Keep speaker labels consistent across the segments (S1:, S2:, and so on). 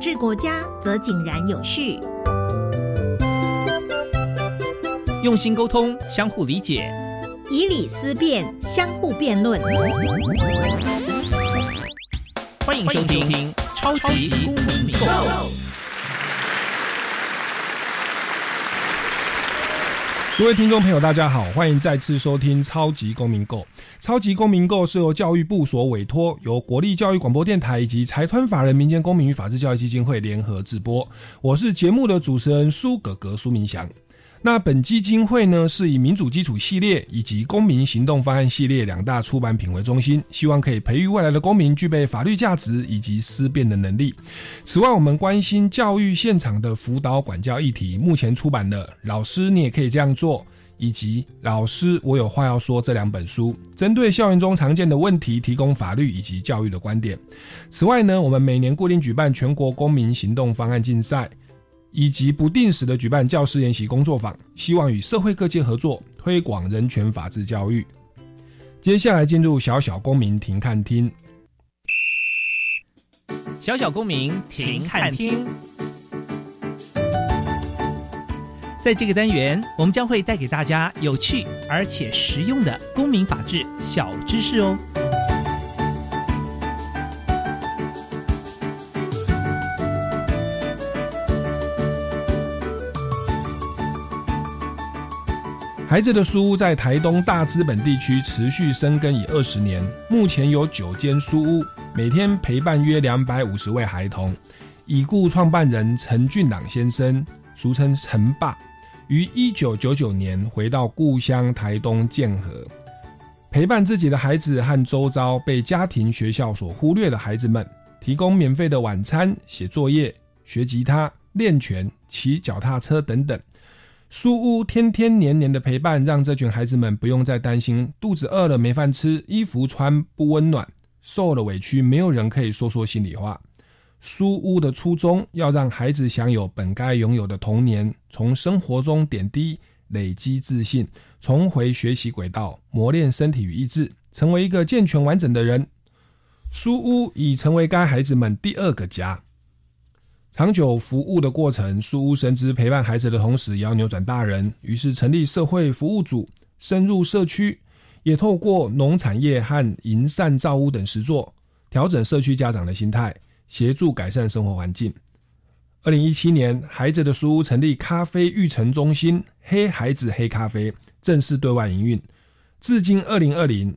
S1: 治国家则井然有序。
S2: 用心沟通，相互理解，
S1: 以理思辨，相互辩论。
S2: 欢迎收听《超级公民购》。
S3: 各位听众朋友，大家好，欢迎再次收听《超级公民购》。《超级公民购》是由教育部所委托，由国立教育广播电台以及财团法人民间公民与法治教育基金会联合制播。我是节目的主持人苏格格苏明祥。那本基金会呢，是以民主基础系列以及公民行动方案系列两大出版品为中心，希望可以培育未来的公民具备法律价值以及思辨的能力。此外，我们关心教育现场的辅导管教议题，目前出版的《老师你也可以这样做》以及《老师我有话要说》这两本书，针对校园中常见的问题提供法律以及教育的观点。此外呢，我们每年固定举办全国公民行动方案竞赛。以及不定时的举办教师研习工作坊，希望与社会各界合作，推广人权法治教育。接下来进入小小公民庭看厅，
S2: 小小公民停看听。在这个单元，我们将会带给大家有趣而且实用的公民法治小知识哦。
S3: 孩子的书屋在台东大资本地区持续生根已二十年，目前有九间书屋，每天陪伴约两百五十位孩童。已故创办人陈俊朗先生，俗称陈爸，于一九九九年回到故乡台东建和，陪伴自己的孩子和周遭被家庭、学校所忽略的孩子们，提供免费的晚餐、写作业、学吉他、练拳、骑脚踏车等等。书屋天天年年的陪伴，让这群孩子们不用再担心肚子饿了没饭吃、衣服穿不温暖、受了委屈没有人可以说说心里话。书屋的初衷要让孩子享有本该拥有的童年，从生活中点滴累积自信，重回学习轨道，磨练身体与意志，成为一个健全完整的人。书屋已成为该孩子们第二个家。长久服务的过程，苏屋深知陪伴孩子的同时，也要扭转大人，于是成立社会服务组，深入社区，也透过农产业和营善造屋等实作，调整社区家长的心态，协助改善生活环境。二零一七年，孩子的书屋成立咖啡育成中心“黑孩子黑咖啡”，正式对外营运。至今二零二零，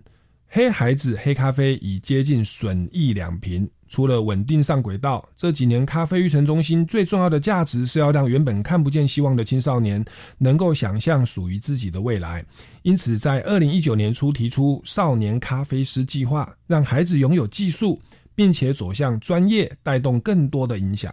S3: 黑孩子黑咖啡已接近损益两平。除了稳定上轨道，这几年咖啡育成中心最重要的价值是要让原本看不见希望的青少年能够想象属于自己的未来。因此，在二零一九年初提出少年咖啡师计划，让孩子拥有技术，并且走向专业，带动更多的影响。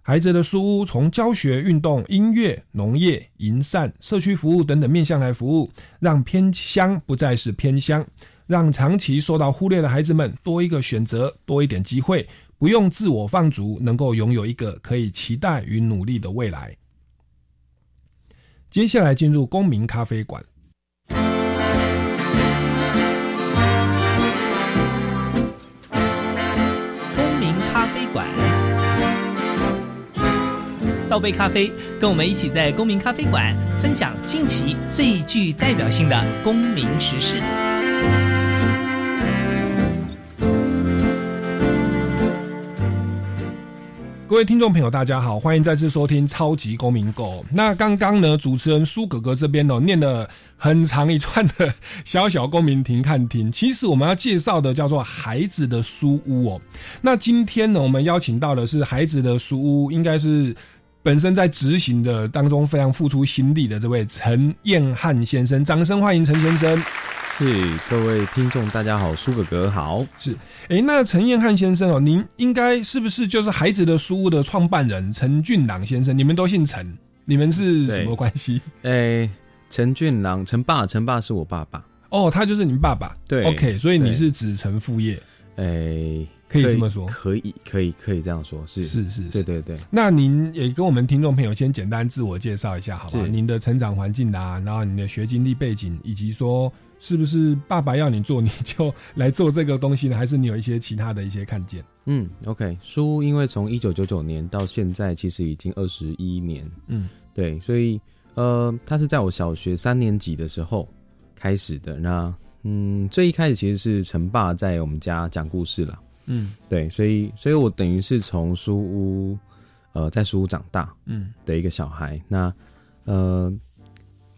S3: 孩子的书屋从教学、运动、音乐、农业、营善、社区服务等等面向来服务，让偏乡不再是偏乡。让长期受到忽略的孩子们多一个选择，多一点机会，不用自我放逐，能够拥有一个可以期待与努力的未来。接下来进入公民咖啡馆。
S2: 公民咖啡馆，倒杯咖啡，跟我们一起在公民咖啡馆分享近期最具代表性的公民时事。
S3: 各位听众朋友，大家好，欢迎再次收听《超级公民购》。那刚刚呢，主持人苏格格这边呢、哦、念了很长一串的小小公民庭看庭，其实我们要介绍的叫做孩子的书屋哦。那今天呢，我们邀请到的是孩子的书屋，应该是。本身在执行的当中非常付出心力的这位陈彦汉先生，掌声欢迎陈先生。
S4: 是各位听众，大家好，苏哥哥好。
S3: 是，诶，那陈彦汉先生哦，您应该是不是就是孩子的书屋的创办人陈俊朗先生？你们都姓陈，你们是什么关系？
S4: 诶，哎陈俊郎，陈爸，陈爸是我爸爸。
S3: 哦，他就是你爸爸。
S4: 对
S3: ，OK，所以你
S4: 对
S3: 是子承父业。
S4: 诶，
S3: 哎可以这么说。
S4: 哎可以，可以，可以这样说，是
S3: 是是
S4: 对
S3: 是。
S4: 对对，
S3: 那您也跟我们听众朋友先简单自我介绍一下，好吧？
S4: 是
S3: 您的成长环境啊，然后你的学经历背景，以及说是不是爸爸要你做你就来做这个东西呢？还是你有一些其他的一些看见？
S4: 嗯，OK，书因为从一九九九年到现在，其实已经二十一年，
S3: 嗯
S4: 对，所以呃，它是在我小学三年级的时候开始的。那嗯，最一开始其实是陈爸在我们家讲故事啦，
S3: 嗯
S4: 对，所以所以我等于是从书屋呃在书屋长大
S3: 嗯
S4: 的一个小孩。那呃，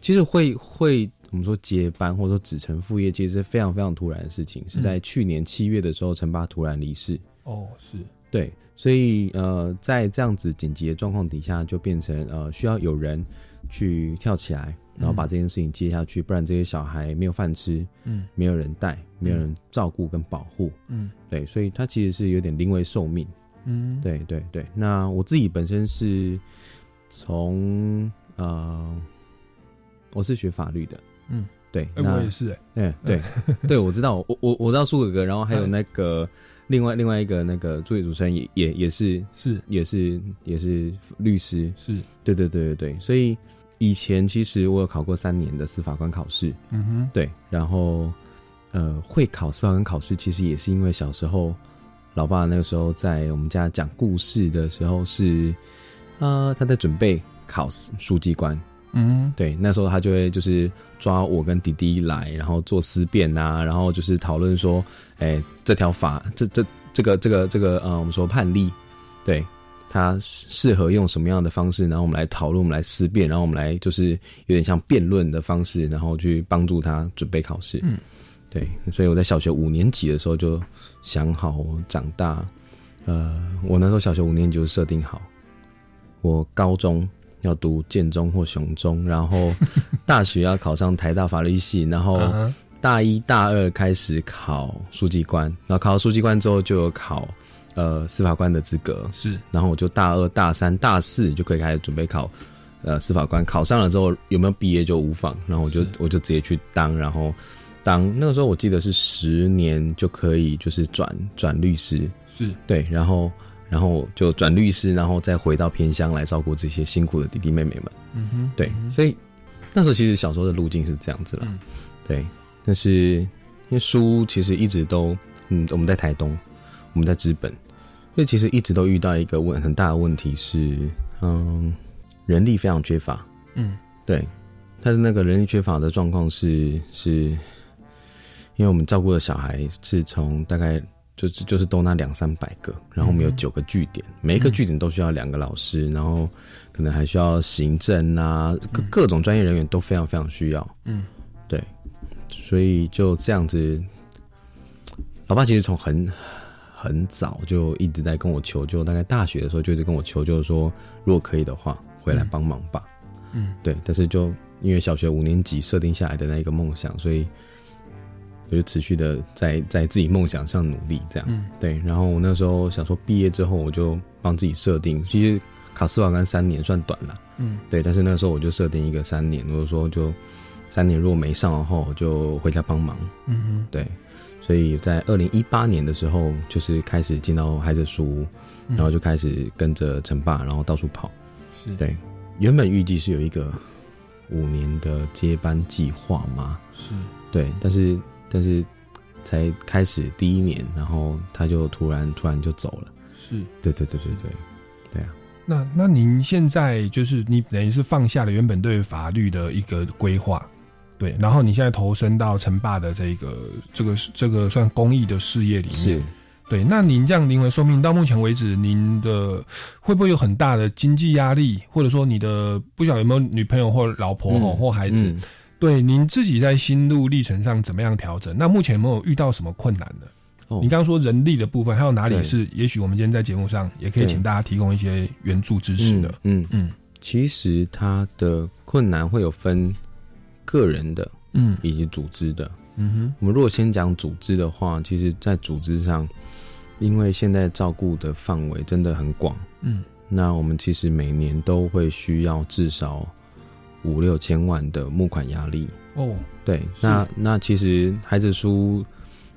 S4: 其实会会我们说接班或者说子承父业，其实是非常非常突然的事情，是在去年七月的时候，陈爸突然离世。
S3: 哦是
S4: 对，所以呃，在这样子紧急的状况底下，就变成呃需要有人去跳起来，然后把这件事情接下去，不然这些小孩没有饭吃，
S3: 嗯
S4: 没有人带，没有人照顾跟保护。
S3: 嗯
S4: 对，所以他其实是有点临危受命。
S3: 嗯
S4: 对对对，那我自己本身是从呃，我是学法律的。
S3: 嗯，
S4: 对，
S3: 哎、
S4: 那
S3: 我也是哎、
S4: 嗯， 对，对，我知道，我我我知道苏哥哥，然后还
S3: 嗯
S4: 有那个另外另外一个那个助理主持人也也也是
S3: 是
S4: 也是也是律师，
S3: 是
S4: 对对对对对，所以以前其实我有考过三年的司法官考试，
S3: 嗯哼
S4: 对，然后呃会考司法官考试，其实也是因为小时候老爸那个时候在我们家讲故事的时候是，呃他在准备考司书记官，
S3: 嗯
S4: 对，那时候他就会就是抓我跟弟弟来，然后做思辨啊，然后就是讨论说，哎、这条法，这这这个这个这个，呃，我们说判例，对，它适合用什么样的方式，然后我们来讨论，我们来思辨，然后我们来就是有点像辩论的方式，然后去帮助他准备考试。
S3: 嗯，
S4: 对，所以我在小学五年级的时候就想好，我长大，呃，我那时候小学五年级就设定好，我高中要读建中或雄中，然后大学要考上台大法律系，然后
S3: 啊哈
S4: 大一大二开始考书记官，然后考到书记官之后就有考呃司法官的资格，
S3: 是
S4: 然后我就大二、大三、大四就可以开始准备考呃司法官，考上了之后有没有毕业就无妨，然后我就是我就直接去当，然后当那个时候我记得是十年就可以就是转转律师，
S3: 是
S4: 对，然后然后就转律师，然后再回到偏乡来照顾这些辛苦的弟弟妹妹们。
S3: 嗯哼
S4: 对，所以那时候其实小时候的路径是这样子啦。
S3: 嗯
S4: 对，但是因为书其实一直都，嗯，我们在台东，我们在资本，所以其实一直都遇到一个问很大的问题是，嗯，人力非常缺乏。
S3: 嗯
S4: 对，但是那个人力缺乏的状况是是，因为我们照顾的小孩是从大概。就是就是都那两三百个，然后我们有
S3: 嗯哼
S4: 九个据点，每一个据点都需要两个老师，然后可能还需要行政啊，各
S3: 嗯
S4: 各种专业人员都非常非常需要。
S3: 嗯
S4: 所以就这样子，老爸其实从很很早就一直在跟我求救，大概大学的时候就一直跟我求救说，如果可以的话，回来帮忙吧。
S3: 嗯
S4: 对，但是就因为小学五年级设定下来的那一个梦想，所以我就持续的在在自己梦想上努力，这样。
S3: 嗯
S4: 对，然后我那时候想说，毕业之后我就帮自己设定，其实考司法官三年算短了。
S3: 嗯
S4: 对，但是那时候我就设定一个三年，我就说就三年如果没上的话，我就回家帮忙。
S3: 嗯哼
S4: 对，所以在二零一八年的时候，就是开始进到孩子书屋，
S3: 嗯
S4: 然后就开始跟着陈爸，然后到处跑。
S3: 是
S4: 对原本预计是有一个五年的接班计划嘛，
S3: 是
S4: 对，但是但是才开始第一年，然后他就突然突然就走了。
S3: 是。
S4: 对对对对对，对啊，
S3: 那那您现在就是你等于是放下了原本对法律的一个规划，对，然后你现在投身到陈爸的这个这个这个算公益的事业里面，
S4: 是。
S3: 对。那您这样临危受命，到目前为止，您的会不会有很大的经济压力，或者说你的不晓得有没有女朋友或老婆哦、
S4: 嗯
S3: 或孩子，
S4: 嗯
S3: 对您自己在心路历程上怎么样调整？那目前有没有遇到什么困难呢？
S4: 哦
S3: 你刚刚说人力的部分，还有哪里
S4: 对
S3: 是？也许我们今天在节目上也可以
S4: 对
S3: 请大家提供一些援助支持的。
S4: 嗯，嗯
S3: 嗯
S4: 其实它的困难会有分个人的
S3: 嗯
S4: 以及组织的。
S3: 嗯哼，
S4: 我们如果先讲组织的话，其实在组织上，因为现在照顾的范围真的很广，
S3: 嗯
S4: 那我们其实每年都会需要至少五六千万的募款压力。
S3: 哦，
S4: 对，
S3: 是
S4: 那那其实孩子书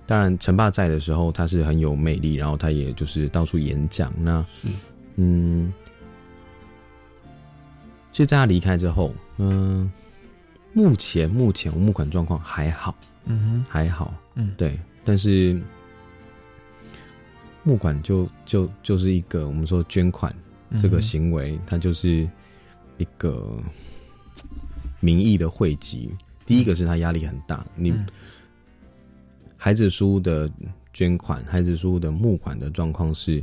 S4: 当然陈爸在的时候，他是很有魅力，然后他也就是到处演讲。那
S3: 是
S4: 嗯，所以在他离开之后，嗯、目前目前我募款状况还好，
S3: 嗯
S4: 还好，
S3: 嗯
S4: 对，但是募款就就就是一个我们说捐款
S3: 嗯哼，
S4: 这个行为，它就是一个民意的汇集。第一个是他压力很大，你
S3: 嗯
S4: 孩子书的捐款、孩子书的募款的状况是，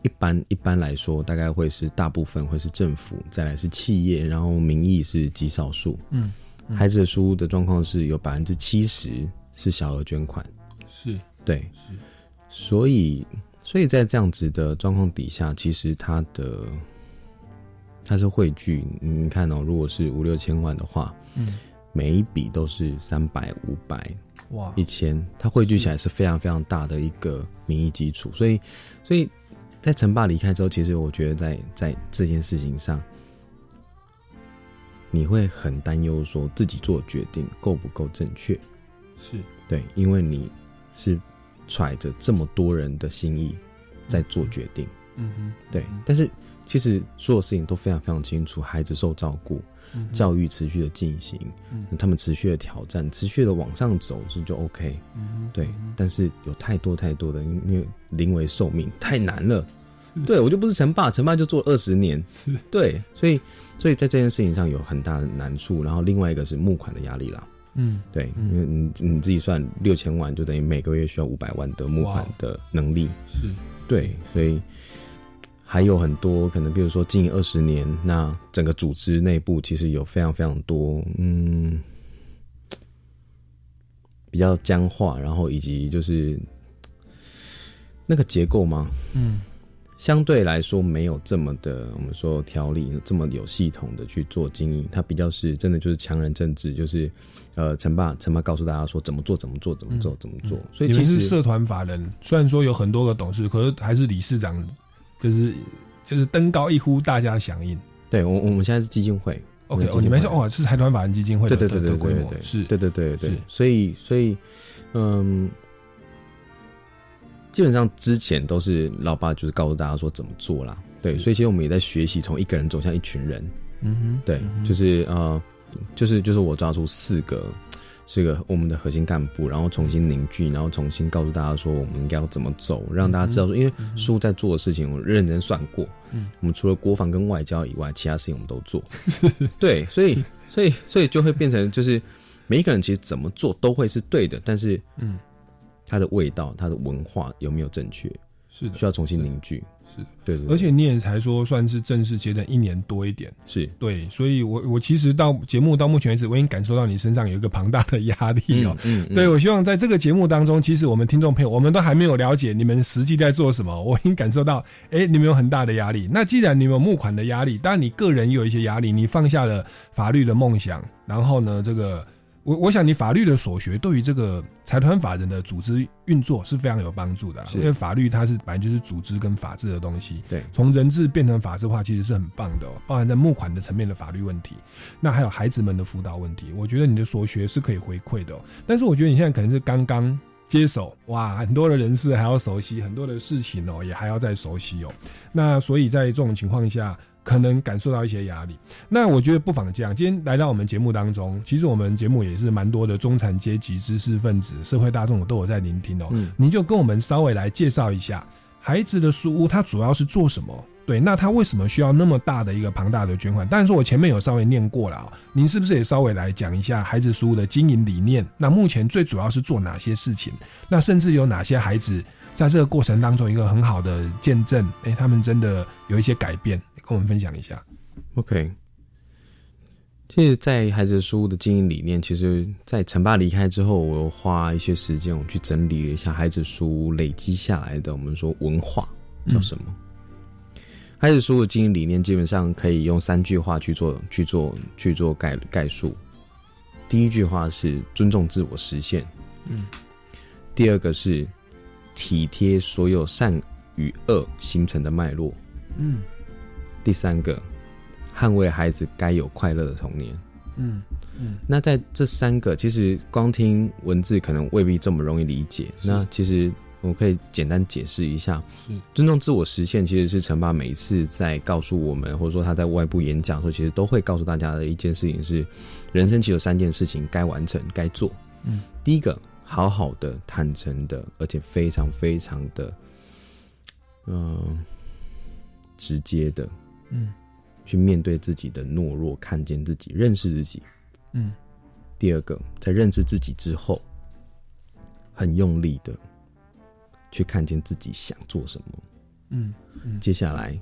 S4: 一般一般来说，大概会是大部分会是政府，再来是企业，然后民意是极少数。
S3: 嗯，嗯
S4: 孩子书的状况是有百分之七十是小额捐款，
S3: 是
S4: 对
S3: 是，
S4: 所以所以在这样子的状况底下，其实它的它是汇聚，你看哦，如果是五六千万的话，
S3: 嗯
S4: 每一笔都是三百、五百、
S3: 哇
S4: 一千，它汇聚起来是非常非常大的一个民意基础。所以，所以在陈爸离开之后，其实我觉得在在这件事情上，你会很担忧，说自己做决定够不够正确。
S3: 是
S4: 对，因为你是揣着这么多人的心意在做决定，
S3: 嗯哼
S4: 对。但是其实所有事情都非常非常清楚，孩子受照顾，
S3: 嗯哼
S4: 教育持续的进行，
S3: 嗯
S4: 他们持续的挑战，持续的往上走，这就 OK。
S3: 嗯哼
S4: 对
S3: 嗯，哼
S4: 但是有太多太多的，因为临危受命太难了。 对我就不是陈爸，陈爸就做了二十年，对，所以所以在这件事情上有很大的难处，然后另外一个是募款的压力啦，
S3: 嗯
S4: 对，
S3: 嗯
S4: 因为你你自己算六千万，就等于每个月需要五百万的募款
S3: 哇
S4: 的能力。
S3: 是
S4: 对，所以还有很多可能，比如说经营二十年，那整个组织内部其实有非常非常多，嗯，比较僵化，然后以及就是那个结构吗？
S3: 嗯
S4: 相对来说没有这么的，我们说条理这么有系统的去做经营，它比较是真的就是强人政治，就是呃陈爸陈爸告诉大家说怎么做怎么做怎么做怎么做，所以
S3: 嗯你
S4: 其
S3: 们是
S4: 实
S3: 社团法人，虽然说有很多个董事，可是还是理事长，就是就是登高一呼，大家响应。
S4: 对我我们现在是基金会
S3: OK，
S4: 基金
S3: 哦，你们是
S4: 会
S3: 哦，是财团法人基金会的
S4: 对对
S3: 的
S4: 对
S3: 的
S4: 对
S3: 规
S4: 对
S3: 模
S4: 对，
S3: 是，
S4: 对对对对
S3: 是，
S4: 所以所以嗯，基本上之前都是老爸就是告诉大家说怎么做啦，对，所以其实我们也在学习从一个人走向一群人，
S3: 嗯哼，
S4: 对，
S3: 嗯哼
S4: 就是呃，就是就是我抓出四个，四个我们的核心干部，然后重新凝聚，然后重新告诉大家说我们应该要怎么走，让大家知道说，因为书在做的事情，我认真算过，
S3: 嗯
S4: 我们除了国防跟外交以外，其他事情我们都 做，对，所以所以所以就会变成就是每一个人其实怎么做都会是对的，但是
S3: 嗯，
S4: 它的味道、它的文化有没有正确，
S3: 是的，
S4: 需要重新凝聚，
S3: 是的
S4: 对对，对
S3: 而且你也才说算是正式接任一年多一点，
S4: 是。
S3: 对，所以我我其实到节目到目前为止，我已经感受到你身上有一个庞大的压力哦、
S4: 嗯，嗯
S3: 对，我希望在这个节目当中，其实我们听众朋友，我们都还没有了解你们实际在做什么，我已经感受到，哎、你们有很大的压力。那既然你们有募款的压力，当然你个人也有一些压力，你放下了法律的梦想，然后呢，这个我我想你法律的所学对于这个财团法人的组织运作是非常有帮助的啦，
S4: 是
S3: 因为法律它是本来就是组织跟法治的东西，
S4: 对
S3: 从人治变成法治化，其实是很棒的、哦，包含在募款的层面的法律问题，那还有孩子们的辅导问题，我觉得你的所学是可以回馈的、哦。但是我觉得你现在可能是刚刚接手，哇，很多的人事还要熟悉，很多的事情哦，也还要再熟悉哦。那所以在这种情况下，可能感受到一些压力。那我觉得不妨这样，今天来到我们节目当中，其实我们节目也是蛮多的中产阶级知识分子、社会大众都有在聆听哦。
S4: 嗯
S3: 您就跟我们稍微来介绍一下孩子的书屋，它主要是做什么？对，那它为什么需要那么大的一个庞大的捐款？但是我前面有稍微念过了、哦，您是不是也稍微来讲一下孩子书屋的经营理念？那目前最主要是做哪些事情？那甚至有哪些孩子在这个过程当中一个很好的见证？哎、他们真的有一些改变，跟我们分享一下。
S4: OK，其实，在孩子书屋的经营理念，其实，在陈爸离开之后，我又花一些时间，我去整理了一下孩子书屋累积下来的，我们说文化叫什么？孩子书屋的经营理念基本上可以用三句话去做、去做、去做概概述。第一句话是尊重自我实现，
S3: 嗯，
S4: 第二个是体贴所有善与恶形成的脉络，
S3: 嗯
S4: 第三个，捍卫孩子该有快乐的童年。
S3: 嗯嗯
S4: 那在这三个，其实光听文字可能未必这么容易理解。
S3: 是
S4: 那其实我可以简单解释一下
S3: 是，
S4: 尊重自我实现其实是陈爸每一次在告诉我们，或者说他在外部演讲的时候，其实都会告诉大家的一件事情是：人生只有三件事情该完成、该做。
S3: 嗯，
S4: 第一个，好好的、坦诚的，而且非常非常的，嗯、直接的
S3: 嗯
S4: 去面对自己的懦弱，看见自己，认识自己。
S3: 嗯
S4: 第二个，在认知自己之后，很用力的去看见自己想做什么。
S3: 嗯嗯
S4: 接下来，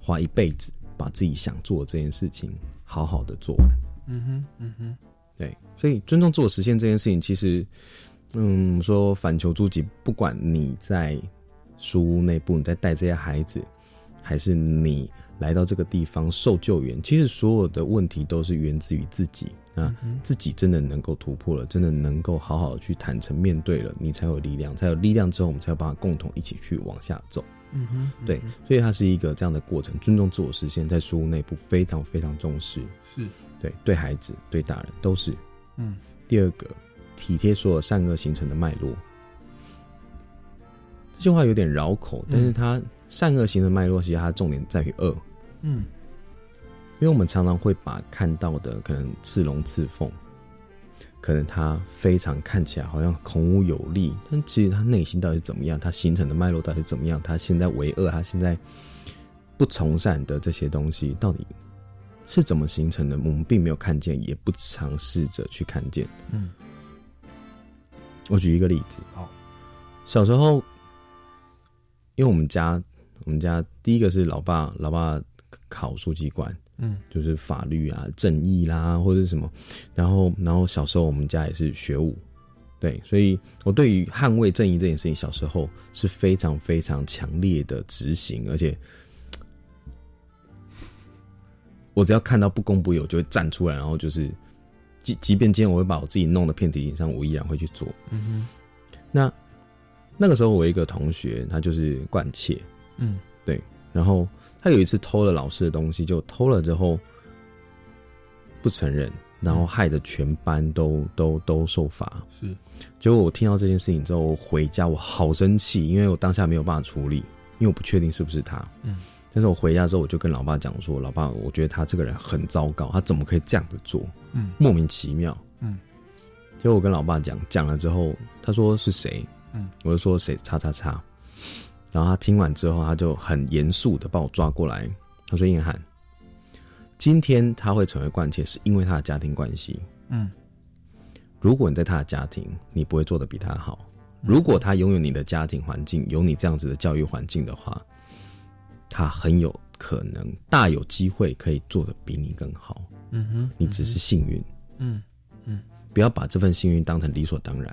S4: 花一辈子把自己想做的这件事情好好的做完。
S3: 嗯哼嗯哼
S4: 对，所以尊重自我实现这件事情，其实，嗯，我们说反求诸己，不管你在书屋内部，你在带这些孩子，还是你来到这个地方受救援，其实所有的问题都是源自于自己
S3: 嗯
S4: 啊。自己真的能够突破了，真的能够好好地去坦诚面对了，你才有力量，才有力量之后，我们才有办法共同一起去往下走。
S3: 嗯哼，
S4: 对，所以它是一个这样的过程，尊重自我实现，在书屋内部非常非常重视。
S3: 是
S4: 对，对孩子、对大人都是。
S3: 嗯
S4: 第二个，体贴所有善恶形成的脉络。这句话有点绕口，但是它善恶形成的脉络，其实它重点在于恶，
S3: 嗯
S4: 因为我们常常会把看到的可能刺龙刺凤，可能它非常看起来好像孔武有力，但其实它内心到底是怎么样，它形成的脉络到底是怎么样，它现在为恶，它现在不从善的这些东西到底是怎么形成的，我们并没有看见，也不尝试着去看见。
S3: 嗯
S4: 我举一个例子，
S3: 好，
S4: 小时候，因为我们家，我们家第一个是老爸，老爸考书记官，
S3: 嗯
S4: 就是法律啊、正义啦，或者是什么，然后，然后小时候我们家也是学武，对，所以我对于捍卫正义这件事情，小时候是非常非常强烈的执行，而且。我只要看到不公不义，我就会站出来，然后就是，即即便今天我会把我自己弄得遍体鳞伤，我依然会去做。
S3: 嗯
S4: 那那个时候，我有一个同学，他就是惯窃，
S3: 哼嗯
S4: 然后他有一次偷了老师的东西，就偷了之后不承认，然后害得全班都都都受罚。
S3: 是
S4: 结果我听到这件事情之后，我回家我好生气，因为我当下没有办法处理，因为我不确定是不是他。
S3: 嗯，
S4: 但是我回家之后，我就跟老爸讲说：“老爸，我觉得他这个人很糟糕，他怎么可以这样子做？
S3: 嗯
S4: 莫名其妙。”
S3: 嗯，
S4: 结果我跟老爸讲，讲了之后，他说是谁？
S3: 嗯，
S4: 我就说谁叉叉叉。然后他听完之后，他就很严肃的把我抓过来，他说：“硬汉，今天他会成为惯窃，是因为他的家庭关系。
S3: 嗯
S4: 如果你在他的家庭，你不会做的比他好；如果他拥有你的家庭环境，有你这样子的教育环境的话，他很有可能大有机会可以做的比你更好。
S3: 嗯哼，
S4: 你只是幸运，
S3: 嗯
S4: 不要把这份幸运当成理所当然。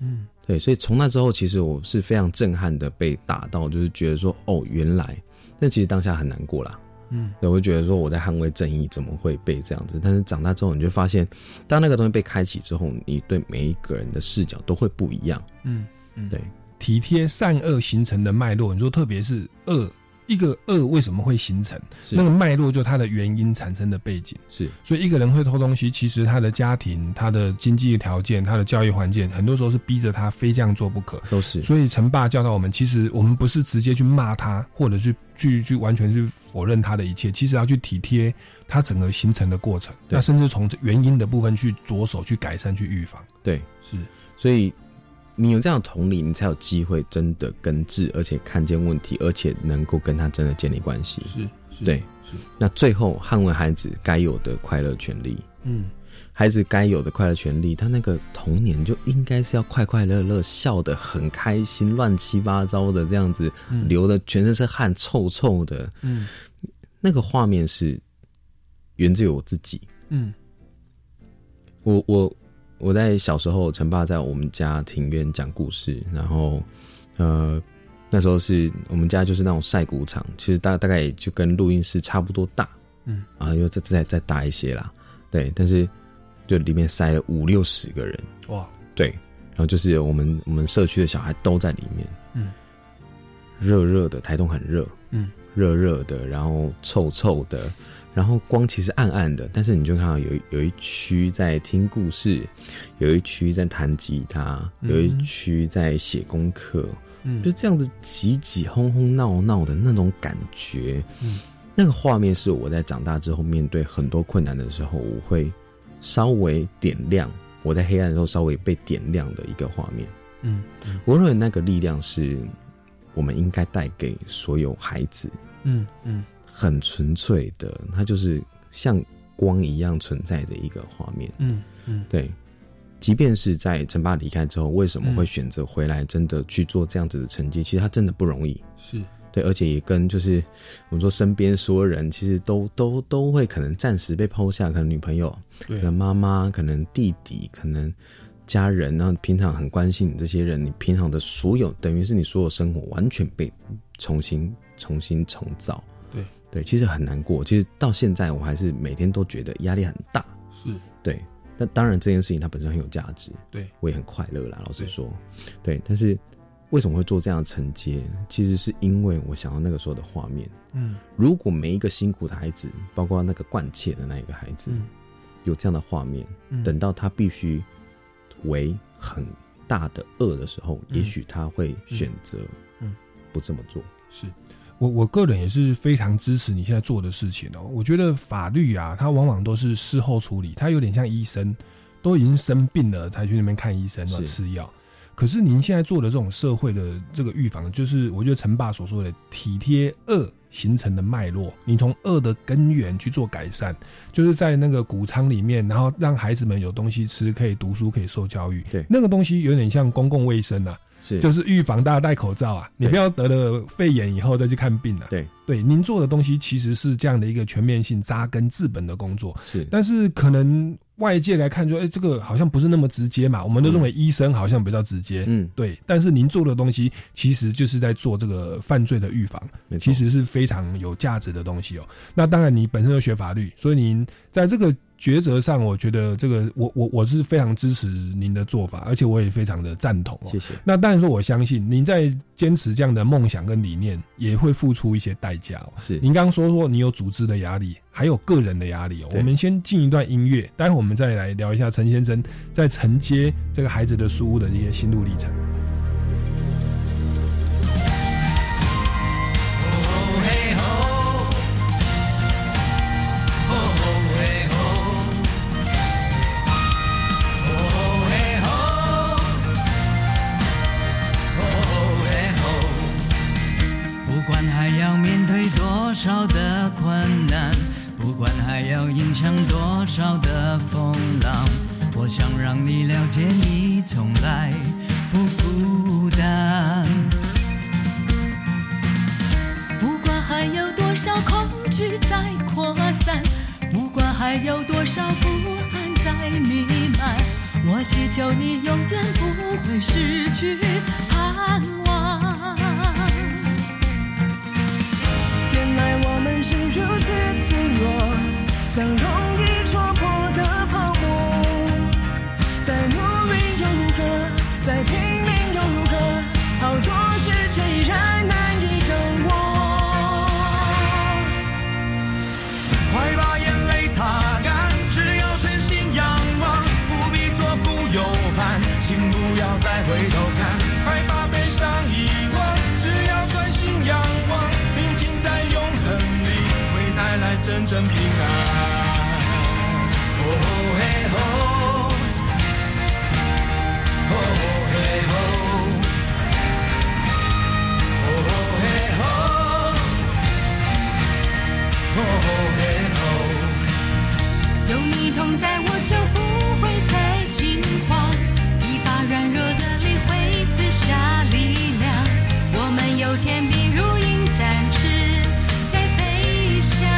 S3: 嗯
S4: 对，所以从那之后，其实我是非常震撼的被打到，就是觉得说，哦，原来，但其实当下很难过啦。
S3: 嗯
S4: 对，我就觉得说我在捍卫正义，怎么会被这样子？但是长大之后，你就发现，当那个东西被开启之后，你对每一个人的视角都会不一样。
S3: 嗯嗯
S4: 对，
S3: 体贴善恶形成的脉络，你说特别是恶。一个恶为什么会形成？
S4: 是
S3: 那个脉络就它的原因产生的背景。
S4: 是
S3: 所以一个人会偷东西，其实他的家庭、他的经济条件、他的教育环境，很多时候是逼着他非这样做不可。
S4: 都是
S3: 所以陈爸教导我们，其实我们不是直接去骂他，或者去去去完全去否认他的一切，其实要去体贴他整个形成的过程，
S4: 对
S3: 那甚至从原因的部分去着手去改善、去预防。
S4: 对，
S3: 是，
S4: 所以你有这样的同理，你才有机会真的根治，而且看见问题，而且能够跟他真的建立关系。
S3: 是是
S4: 对
S3: 是，
S4: 那最后捍卫孩子该有的快乐权利。
S3: 嗯
S4: 孩子该有的快乐权利，他那个童年就应该是要快快乐乐，笑得很开心，乱七八糟的这样子，
S3: 嗯
S4: 流的全身是汗，臭臭的。
S3: 嗯
S4: 那个画面是源自于我自己。
S3: 嗯
S4: 我我我在小时候，陈爸在我们家庭院讲故事，然后呃，那时候是我们家就是那种晒谷场，其实大大概也就跟录音室差不多大，
S3: 嗯，
S4: 啊，又再再再大一些啦，对，但是就里面塞了五六十个人。
S3: 哇，
S4: 对，然后就是我们我们社区的小孩都在里面，
S3: 嗯，
S4: 热热的，台东很热，
S3: 嗯，
S4: 热热的，然后臭臭的，然后光其实暗暗的，但是你就看到有一有一区在听故事，有一区在弹吉他，
S3: 嗯
S4: 有一区在写功课，
S3: 嗯
S4: 就这样子挤挤轰轰闹闹的那种感觉，
S3: 嗯
S4: 那个画面是我在长大之后面对很多困难的时候，我会稍微点亮我在黑暗的时候稍微被点亮的一个画面。
S3: 嗯
S4: 我认为那个力量是我们应该带给所有孩子，
S3: 嗯嗯
S4: 很纯粹的，它就是像光一样存在的一个画面。
S3: 嗯嗯
S4: 对，即便是在陈爸离开之后，为什么会选择回来，真的去做这样子的成绩？其实他真的不容易。
S3: 是
S4: 对，而且也跟就是我们说身边所有人，其实都都都会可能暂时被抛下，可能女朋友，
S3: 对啊
S4: 可能妈妈，可能弟弟，可能家人，然后平常很关心你这些人，你平常的所有，等于是你所有生活完全被重新、重新重造。
S3: 对
S4: 对，其实很难过。其实到现在，我还是每天都觉得压力很大。
S3: 是
S4: 对，那当然这件事情它本身很有价值，
S3: 对
S4: 我也很快乐啦。老实
S3: 对
S4: 说，对，但是为什么会做这样的承接？其实是因为我想要那个时候的画面。
S3: 嗯
S4: 如果每一个辛苦的孩子，包括那个惯窃的那一个孩子，
S3: 嗯
S4: 有这样的画面，
S3: 嗯
S4: 等到他必须为很大的恶的时候，
S3: 嗯
S4: 也许他会选择
S3: 嗯
S4: 不这么做。
S3: 是。我我个人也是非常支持你现在做的事情哦。我觉得法律啊，它往往都是事后处理，它有点像医生，都已经生病了才去那边看医生哦
S4: 是
S3: 吃药。可是您现在做的这种社会的这个预防，就是我觉得陈爸所说的体贴恶形成的脉络，你从恶的根源去做改善，就是在那个谷仓里面，然后让孩子们有东西吃，可以读书，可以受教育。
S4: 对
S3: 那个东西有点像公共卫生啊，
S4: 是
S3: 就是预防大家戴口罩啊，你
S4: 对
S3: 不要得了肺炎以后再去看病啊。
S4: 对，
S3: 对，您做的东西其实是这样的一个全面性扎根治本的工作，
S4: 是
S3: 但是可能外界来看说，哎、这个好像不是那么直接嘛，我们都认为医生好像比较直接。
S4: 嗯，
S3: 对，但是您做的东西其实就是在做这个犯罪的预防，
S4: 没错
S3: 其实是非常有价值的东西哦。那当然，你本身就学法律，所以您在这个抉择上，我觉得这个我我我是非常支持您的做法，而且我也非常的赞同哦。
S4: 谢谢。
S3: 那当然说，我相信您在坚持这样的梦想跟理念，也会付出一些代价哦。
S4: 是
S3: 您刚刚说说你有组织的压力，还有个人的压力哦。
S4: 对
S3: 我们先进一段音乐，待会我们再来聊一下陈先生在承接这个孩子的书屋的一些心路历程。
S5: 不管还要面对多少的困难，不管还要迎向多少的风浪，我想让你了解，你从来不孤单。
S6: 不管还有多少恐惧在扩散，不管还有多少不安在弥漫，我祈求你永远不会失去盼望。
S5: 原来我们是如此脆弱，像容易戳破的泡沫。再努力又如何？再拼命又如何？好多事却依然难以跟我。快把眼泪擦干，只要真心仰望，不必左顾右盼，请不要再回头看。快把悲伤遗忘，只要专心仰望，宁静在永恒里会带来真正平安。哦嘿吼，哦嘿吼，哦嘿吼。哦嘿吼。
S6: 有你同在，我就不会再惊慌。疲乏软弱的灵会赐下力量，我们有天必如鹰展翅在飞翔。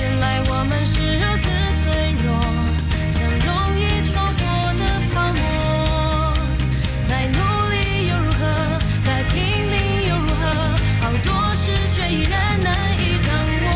S6: 原来我们是如此脆弱，像容易戳破的泡沫。再努力又如何？再拼命又如何？好多事却依然难以掌握。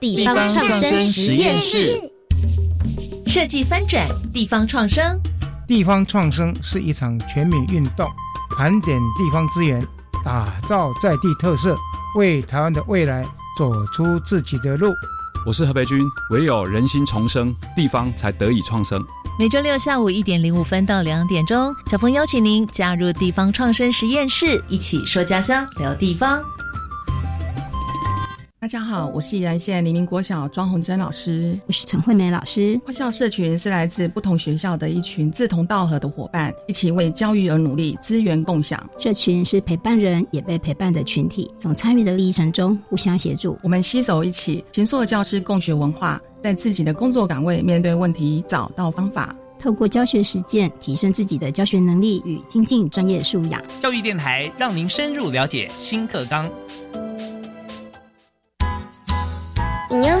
S7: 地方创生实验室。
S1: 设计翻转地方创生，
S8: 地方创生是一场全民运动，盘点地方资源，打造在地特色，为台湾的未来走出自己的路。
S9: 我是何培军，唯有人心重生，地方才得以创生。
S6: 每周六下午一点零五分到两点钟，小峰邀请您加入地方创生实验室，一起说家乡，聊地方。
S10: 大家好，我是宜兰县黎明国小庄红珍老师。
S7: 我是陈惠美老师，
S10: 跨校社群是来自不同学校的一群志同道合的伙伴，一起为教育而努力，资源共享。
S7: 社群是陪伴人也被陪伴的群体，从参与的历程中互相协助。
S10: 我们携手一起，行塑教师共学文化，在自己的工作岗位面对问题，找到方法。
S7: 透过教学实践，提升自己的教学能力与精进专业素养。
S2: 教育电台让您深入了解新课纲。
S11: 饮用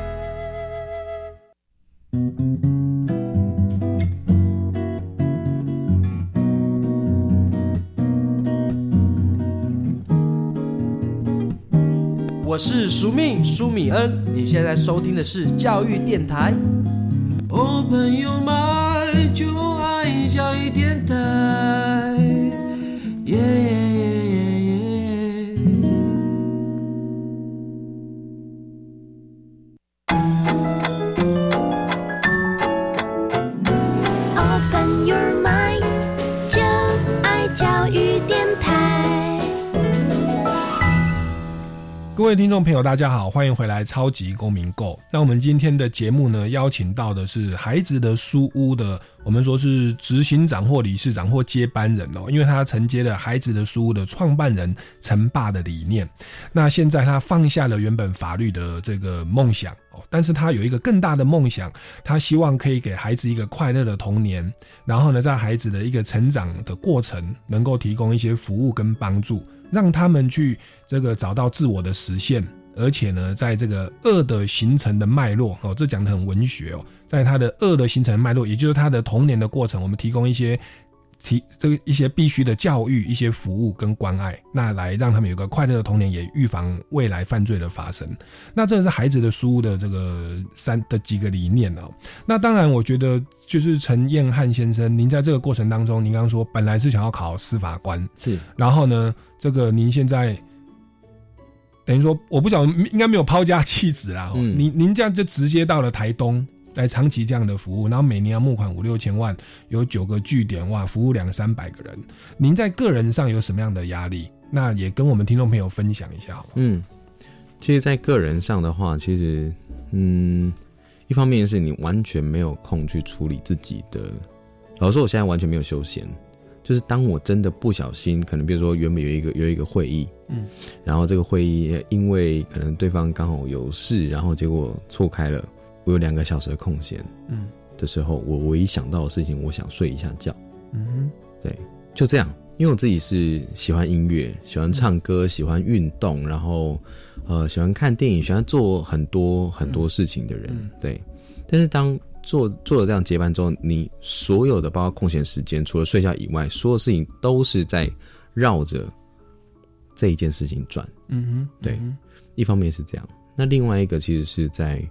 S12: 我是苏命苏米恩，你现在收听的是教育电台。
S13: 哦，朋友们，就爱教育电台，耶耶耶耶耶。
S14: Open your mind，就爱教育电台。
S3: 各位听众朋友，大家好，欢迎回来《超级公民购》。那我们今天的节目呢，邀请到的是孩子的书屋的，我们说是执行长或理事长或接班人哦，因为他承接了孩子的书屋的创办人陈爸的理念。那现在他放下了原本法律的这个梦想哦，但是他有一个更大的梦想，他希望可以给孩子一个快乐的童年，然后呢，在孩子的一个成长的过程，能够提供一些服务跟帮助，让他们去这个找到自我的实现，而且呢，在这个恶的形成的脉络哦，这讲的很文学哦，在他的恶的形成脉络，也就是他的童年的过程，我们提供一些提这个一些必须的教育、一些服务跟关爱，那来让他们有个快乐的童年，也预防未来犯罪的发生。那这是孩子的书的这个三的几个理念哦。那当然，我觉得就是陈彦汉先生，您在这个过程当中，您刚刚说本来是想要考司法官，
S4: 是
S3: 然后呢，这个您现在等于说，我不讲，应该没有抛家弃子啦。哦
S4: 嗯
S3: 您您这样就直接到了台东来长期这样的服务，然后每年要募款五六千万，有九个据点，哇，服务两三百个人。您在个人上有什么样的压力？那也跟我们听众朋友分享一下好吗？
S4: 嗯，其实，在个人上的话，其实，嗯，一方面是你完全没有空去处理自己的。老实说，我现在完全没有休闲，就是当我真的不小心，可能比如说原本有一个有一个会议，
S3: 嗯，
S4: 然后这个会议因为可能对方刚好有事，然后结果错开了，我有两个小时的空闲
S3: 嗯
S4: 的时候，我唯一想到的事情，我想睡一下觉。
S3: 嗯哼
S4: 就这样，因为我自己是喜欢音乐，喜欢唱歌，喜欢运动，然后呃喜欢看电影，喜欢做很多很多事情的人，
S3: 嗯
S4: 对。但是当做做了这样接班之后，你所有的包括空闲时间，除了睡觉以外，所有事情都是在绕着这一件事情转。
S3: 嗯哼，
S4: 对
S3: 嗯
S4: 一方面是这样，那另外一个其实是在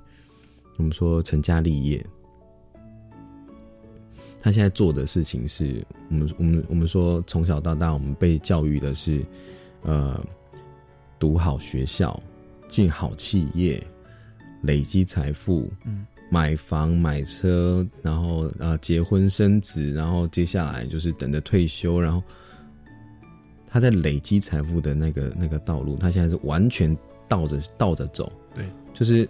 S4: 我们说成家立业，他现在做的事情是我们我们我们说从小到大我们被教育的是，呃，读好学校，进好企业，累积财富，
S3: 嗯，
S4: 买房买车，然后呃结婚生子，然后呃接下来就是等着退休，然后他在累积财富的那个那个道路，他现在是完全倒着倒着走。
S3: 对，
S4: 就是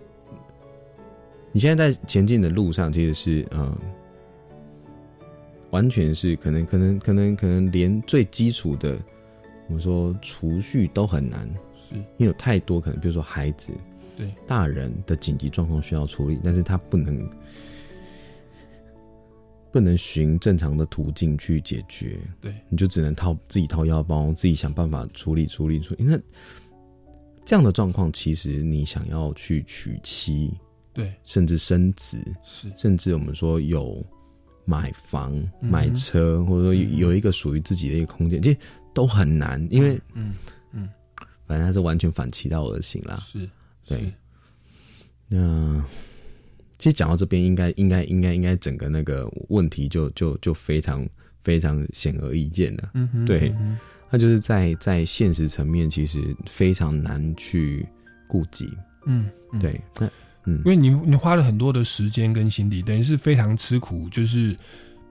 S4: 你现在在前进的路上，其实是嗯、呃完全是可能可能可能可能连最基础的我们说储蓄都很难，
S3: 是
S4: 因为有太多可能，比如说孩子，
S3: 对
S4: 大人的紧急状况需要处理，但是他不能不能循正常的途径去解决，
S3: 对，
S4: 你就只能掏自己掏腰包，自己想办法处理处理处理。那这样的状况，其实你想要去娶妻，
S3: 对，
S4: 甚至升职，
S3: 是
S4: 甚至我们说有买房、
S3: 嗯
S4: 买车，或者说有有一个属于自己的一个空间，其实都很难，因为
S3: 嗯嗯，
S4: 反正它是完全反其道而行啦。
S3: 是，
S4: 对。那其实讲到这边应该，应该应该应该整个那个问题就就就非常非常显而易见了。
S3: 嗯哼
S4: 对
S3: 嗯哼，
S4: 它就是在在现实层面，其实非常难去顾及。
S3: 嗯，嗯
S4: 对，那嗯
S3: 因，为你你花了很多的时间跟心力，等于是非常吃苦，就是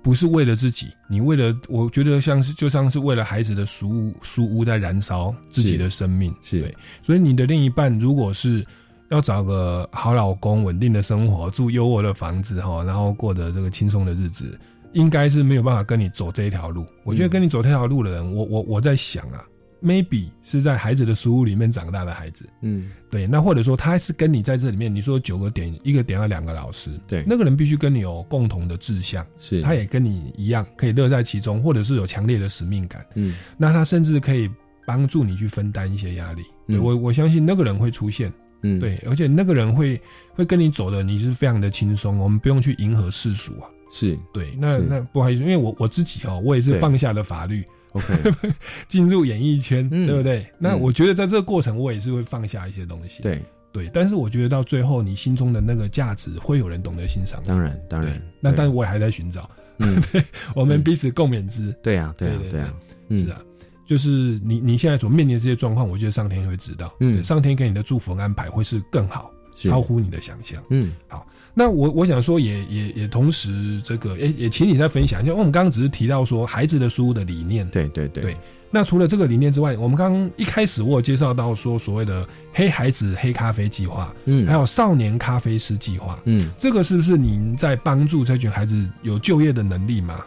S3: 不是为了自己，你为了我觉得像是就像是为了孩子的书屋书屋在燃烧自己的生命，
S4: 是
S3: 对，所以你的另一半如果是。要找个好老公，稳定的生活，住优渥的房子哈，然后过着这个轻松的日子，应该是没有办法跟你走这一条路。我觉得跟你走这条路的人，我我我在想啊，maybe 是在孩子的书屋里面长大的孩子，
S4: 嗯，
S3: 对，那或者说他是跟你在这里面，你说九个点，一个点要两个老师，
S4: 对
S3: 那个人必须跟你有共同的志向，
S4: 是
S3: 他也跟你一样可以乐在其中，或者是有强烈的使命感，
S4: 嗯，
S3: 那他甚至可以帮助你去分担一些压力。对
S4: 嗯
S3: 我我相信那个人会出现，
S4: 嗯
S3: 对，而且那个人会会跟你走的，你是非常的轻松，我们不用去迎合世俗啊。
S4: 是
S3: 对，那
S4: 是
S3: 那不好意思，因为我我自己哦，我也是
S4: 对
S3: 放下了法律，
S4: OK，
S3: 进入演艺圈，对不对？那
S4: 嗯
S3: 我觉得在这个过程，我也是会放下一些东西。
S4: 对，
S3: 对，但是我觉得到最后，你心中的那个价值会有人懂得欣赏。啊
S4: 当然当然，
S3: 那
S4: 对
S3: 但我也还在寻找，
S4: 嗯
S3: 对，我们彼此共勉之。
S4: 对啊对啊
S3: 对
S4: 对啊，
S3: 是啊，就是你你现在所面临的这些状况，我觉得上天会知道，
S4: 嗯
S3: 对上天给你的祝福跟安排会是更好，
S4: 是
S3: 超乎你的想象。
S4: 嗯，
S3: 好，那我我想说也，也也同时这个，也也请你再分享一下，因为我们刚刚只是提到说孩子的书的理念，
S4: 对对对
S3: 对。那除了这个理念之外，我们刚刚一开始我有介绍到说所谓的黑孩子黑咖啡计划，
S4: 嗯
S3: 还有少年咖啡师计划，
S4: 嗯，
S3: 这个是不是您在帮助这群孩子有就业的能力吗？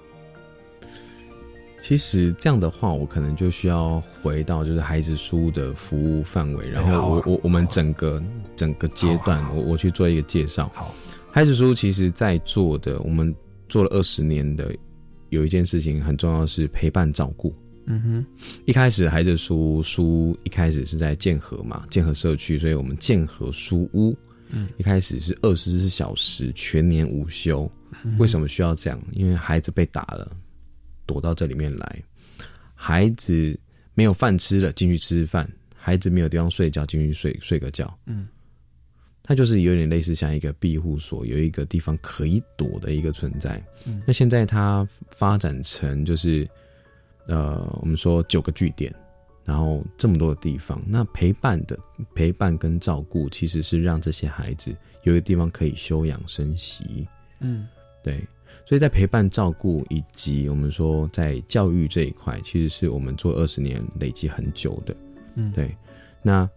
S4: 其实这样的话，我可能就需要回到就是孩子书的服务范围，然
S3: 哎好
S4: 后我、
S3: 啊
S4: 我我们整个整个阶段，我我去做一个介绍。
S3: 好，
S4: 孩子书其实在做的，我们做了二十年的，有一件事情很重要是陪伴照顾。
S3: 嗯哼，
S4: 一开始孩子书书一开始是在建和嘛，建和社区，所以我们建和书屋，
S3: 嗯
S4: 一开始是二十四小时全年无休。
S3: 嗯
S4: 为什么需要这样？因为孩子被打了，躲到这里面来；孩子没有饭吃了，进去吃饭；孩子没有地方睡觉，进去睡睡个觉。
S3: 嗯，
S4: 它就是有点类似像一个庇护所，有一个地方可以躲的一个存在。
S3: 嗯
S4: 那现在它发展成就是，呃，我们说九个据点，然后这么多的地方，那陪伴的陪伴跟照顾，其实是让这些孩子有一个地方可以休养生息。
S3: 嗯
S4: 对，所以在陪伴、照顾以及我们说在教育这一块，其实是我们做二十年累积很久的。
S3: 嗯，
S4: 对，那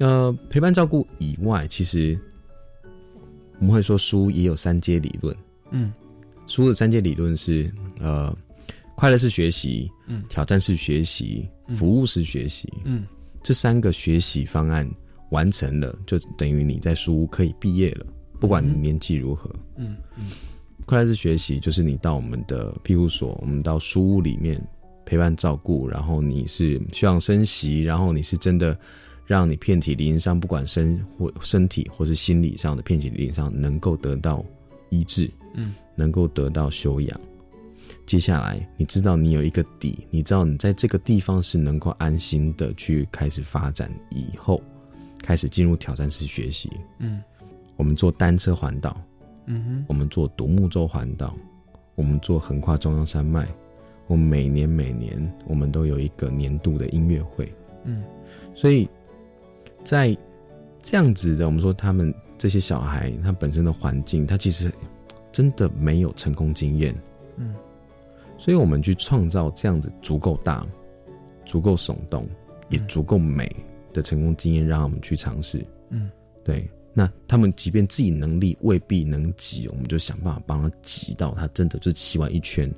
S4: 呃，陪伴照顾以外，其实我们会说书也有三阶理论。
S3: 嗯
S4: 书的三阶理论是呃，快乐式学习，
S3: 嗯
S4: 挑战式学习，
S3: 嗯
S4: 服务式学习，
S3: 嗯
S4: 这三个学习方案完成了，就等于你在书屋可以毕业了，不管你
S3: 嗯
S4: 年纪如何。
S3: 嗯嗯
S4: 快乐式学习就是你到我们的庇护所，我们到书屋里面陪伴照顾，然后你是休养生息，然后你是真的让你遍体鳞伤，不管身或身体或是心理上的遍体鳞伤能够得到医治，
S3: 嗯
S4: 能够得到修养。接下来，你知道你有一个底，你知道你在这个地方是能够安心的去开始发展，以后开始进入挑战式学习。
S3: 嗯
S4: 我们做单车环岛，
S3: 嗯哼，
S4: 我们做独木舟环岛，我们做横跨中央山脉，我们每年每年我们都有一个年度的音乐会，
S3: 嗯
S4: 所以在这样子的，我们说他们这些小孩他本身的环境，他其实真的没有成功经验，
S3: 嗯
S4: 所以我们去创造这样子足够大、足够耸动，也足够美的成功经验，让他们去尝试。
S3: 嗯
S4: 对，那他们即便自己能力未必能挤，我们就想办法帮他挤到他真的就是骑完一圈，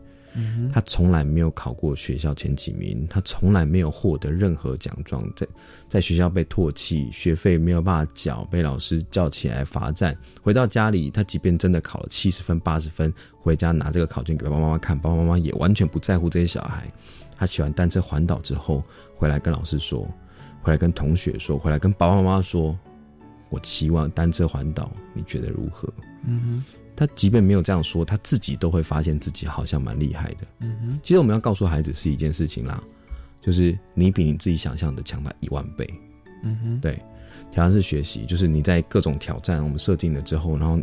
S4: 他从来没有考过学校前几名，他从来没有获得任何奖状，在在学校被唾弃，学费没有办法缴，被老师叫起来罚站。回到家里，他即便真的考了七十分、八十分，回家拿这个考卷给爸爸妈妈看，爸爸妈妈也完全不在乎这些小孩。他喜欢单车环岛之后，回来跟老师说，回来跟同学说，回来跟爸爸妈妈说，我期望单车环岛，你觉得如何？
S2: 嗯
S4: 他即便没有这样说，他自己都会发现自己好像蛮厉害的。
S2: 哼，嗯哼，
S4: 其实我们要告诉孩子是一件事情啦，就是你比你自己想象的强大一万倍。
S2: 嗯哼，
S4: 对，挑战是学习，就是你在各种挑战我们设定了之后，然后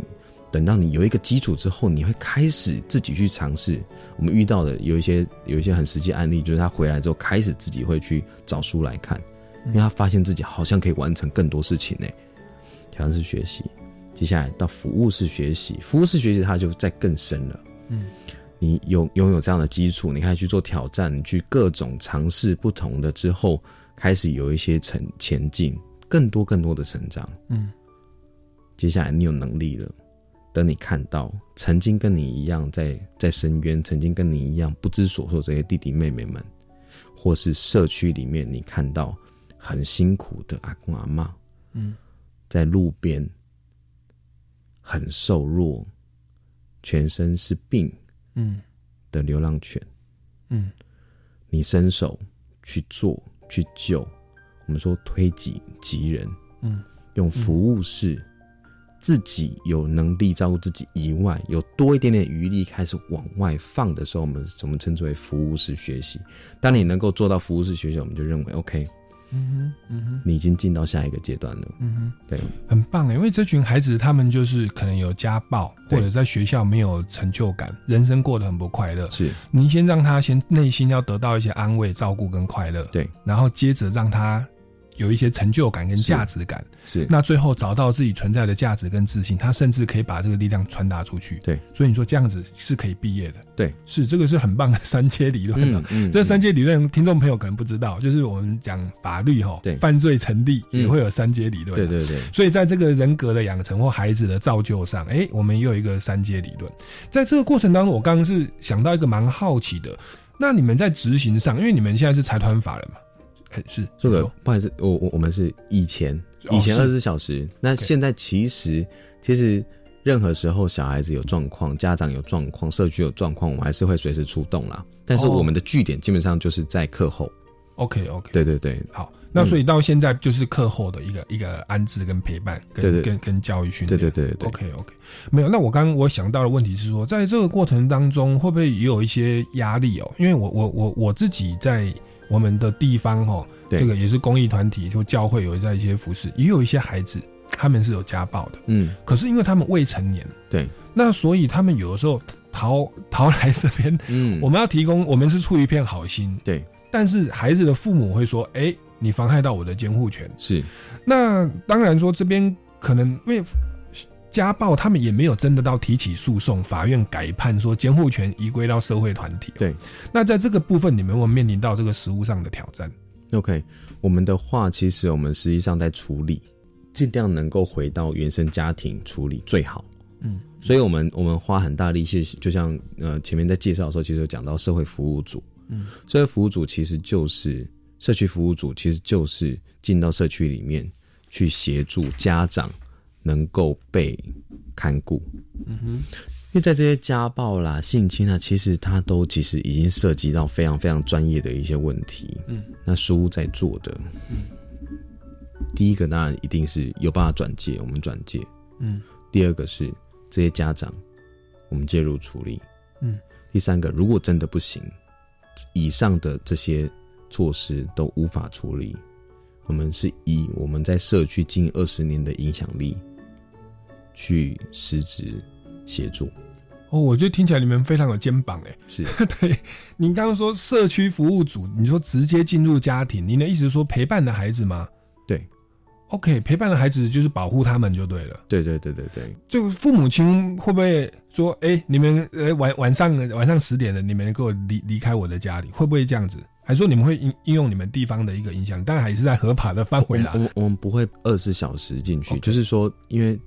S4: 等到你有一个基础之后，你会开始自己去尝试。我们遇到的有一些有一些很实际案例，就是他回来之后开始自己会去找书来看，
S2: 嗯
S4: 因为他发现自己好像可以完成更多事情呢。挑战是学习，接下来到服务式学习，服务式学习它就再更深了。
S2: 嗯
S4: 你有拥有这样的基础，你开始去做挑战，你去各种尝试不同的之后，开始有一些成前进，更多更多的成长。
S2: 嗯
S4: 接下来你有能力了，等你看到曾经跟你一样在在深渊，曾经跟你一样不知所措这些弟弟妹妹们，或是社区里面你看到很辛苦的阿公阿嬷，
S2: 嗯
S4: 在路边很瘦弱，全身是病
S2: 嗯
S4: 的流浪犬。
S2: 嗯
S4: 你伸手去做去救，我们说推己及人，
S2: 嗯，
S4: 用服务式，自己有能力照顾自己以外，有多一点点余力开始往外放的时候，我们我们称之为服务式学习。当你能够做到服务式学习，我们就认为 OK，
S2: 嗯哼，嗯哼，
S4: 你已经进到下一个阶段了。
S2: 嗯哼，
S4: 对，
S3: 很棒哎，因为这群孩子他们就是可能有家暴，
S4: 对
S3: 或者在学校没有成就感，人生过得很不快乐。
S4: 是
S3: 您先让他先内心要得到一些安慰、照顾跟快乐，
S4: 对，
S3: 然后接着让他有一些成就感跟
S4: 是
S3: 价值感，
S4: 是
S3: 那最后找到自己存在的价值跟自信，他甚至可以把这个力量传达出去。
S4: 对
S3: 所以你说这样子是可以毕业的，
S4: 对，
S3: 是这个是很棒的三阶理论了。
S4: 嗯嗯
S3: 这三阶理论，听众朋友可能不知道，就是我们讲法律吼，
S4: 对
S3: 犯罪成立
S4: 嗯
S3: 也会有三阶理论、啊
S4: 对。对对，
S3: 所以在这个人格的养成或孩子的造就上，哎、我们又有一个三阶理论。在这个过程当中，我刚刚是想到一个蛮好奇的，那你们在执行上，因为你们现在是财团法人嘛，哎、是
S4: 这个
S3: 说
S4: 不好意思，我我我们是以前
S3: 哦
S4: 以前
S3: 是
S4: 二十四小时，那
S3: OK
S4: 现在其实其实任何时候小孩子有状况，家长有状况，社区有状况，我们还是会随时出动啦。但是
S3: 哦
S4: 我们的据点基本上就是在课后，
S3: OK OK，
S4: 对对对
S3: 好，那所以
S4: 嗯
S3: 到现在就是课后的一个一个安置跟陪伴，跟
S4: 对对
S3: 跟跟教育训
S4: 对
S3: 练。
S4: 对对对
S3: OK OK，没有。那我刚刚我想到的问题是说，在这个过程当中，会不会也有一些压力哦？因为我我我我自己在我们的地方哦，
S4: 对
S3: 这个也是公益团体，就教会有在一些服饰，也有一些孩子他们是有家暴的，
S4: 嗯
S3: 可是因为他们未成年，
S4: 对，
S3: 那所以他们有的时候逃逃来这边，
S4: 嗯
S3: 我们要提供，我们是出于一片好心，
S4: 对
S3: 但是孩子的父母会说：“哎、你妨害到我的监护权。
S4: 嗯是”
S3: 那当然说这边可能因为家暴，他们也没有真的到提起诉讼，法院改判说监护权移归到社会团体。
S4: 对。
S3: 那在这个部分，你们有没有面临到这个实务上的挑战？
S4: OK，我们的话，其实我们实际上在处理，尽量能够回到原生家庭处理最好。
S3: 嗯，
S4: 所以我们我们花很大力气，就像呃前面在介绍的时候，其实有讲到社会服务组，
S2: 嗯，
S4: 社会服务组其实就是社区服务组，其实就是进到社区里面去协助家长能够被看顾，
S2: 嗯哼，
S4: 因为在这些家暴啦、性侵啊，其实它都其实已经涉及到非常非常专业的一些问题。
S2: 嗯，
S4: 那书屋在做的，第一个当然一定是有办法转介，我们转介；
S2: 嗯
S4: 第二个是这些家长，我们介入处理；
S2: 嗯
S4: 第三个，如果真的不行，以上的这些措施都无法处理，我们是以我们在社区近二十年的影响力去实质协助。
S3: 哦，我觉得听起来你们非常有肩膀哎、
S4: 是
S3: 对，您刚刚说社区服务组，你说直接进入家庭，您的意思是说陪伴的孩子吗
S4: 对，
S3: ？OK，陪伴的孩子就是保护他们就对了。
S4: 对对对对对，
S3: 就父母亲会不会说，哎、你们呃晚晚上晚上十点了，你们给我离离开我的家里，会不会这样子？还是说你们会应应用你们地方的一个影 响，但还是在合法的范
S4: 我
S3: 围
S4: 们
S3: 啦
S4: 我。们我们不会二十四小时进去，
S3: OK
S4: 就是说，因为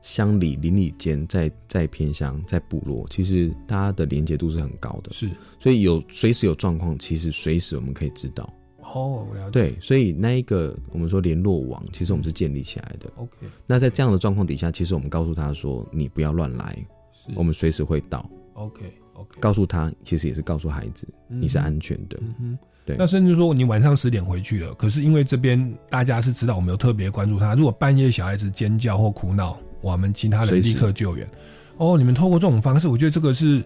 S4: 乡里邻里间，在在偏乡，在部落，其实大家的连结度是很高的。
S3: 是，
S4: 所以有随时有状况，其实随时我们可以知道。
S3: 哦，了解。
S4: 对，所以那一个我们说联络网，其实我们是建立起来的。
S3: OK，
S4: 那在这样的状况底下，其实我们告诉他说，你不要乱来，我们随时会到。
S3: ，OK OK，
S4: 告诉他，其实也是告诉孩子，
S3: 嗯
S4: 你是安全的。
S3: 嗯
S4: 对
S3: 那甚至说你晚上十点回去了，可是因为这边大家是知道我们有特别关注他，如果半夜小孩子尖叫或哭闹，我们其他人
S4: 随时
S3: 立刻救援。哦，你们透过这种方式，我觉得这个是，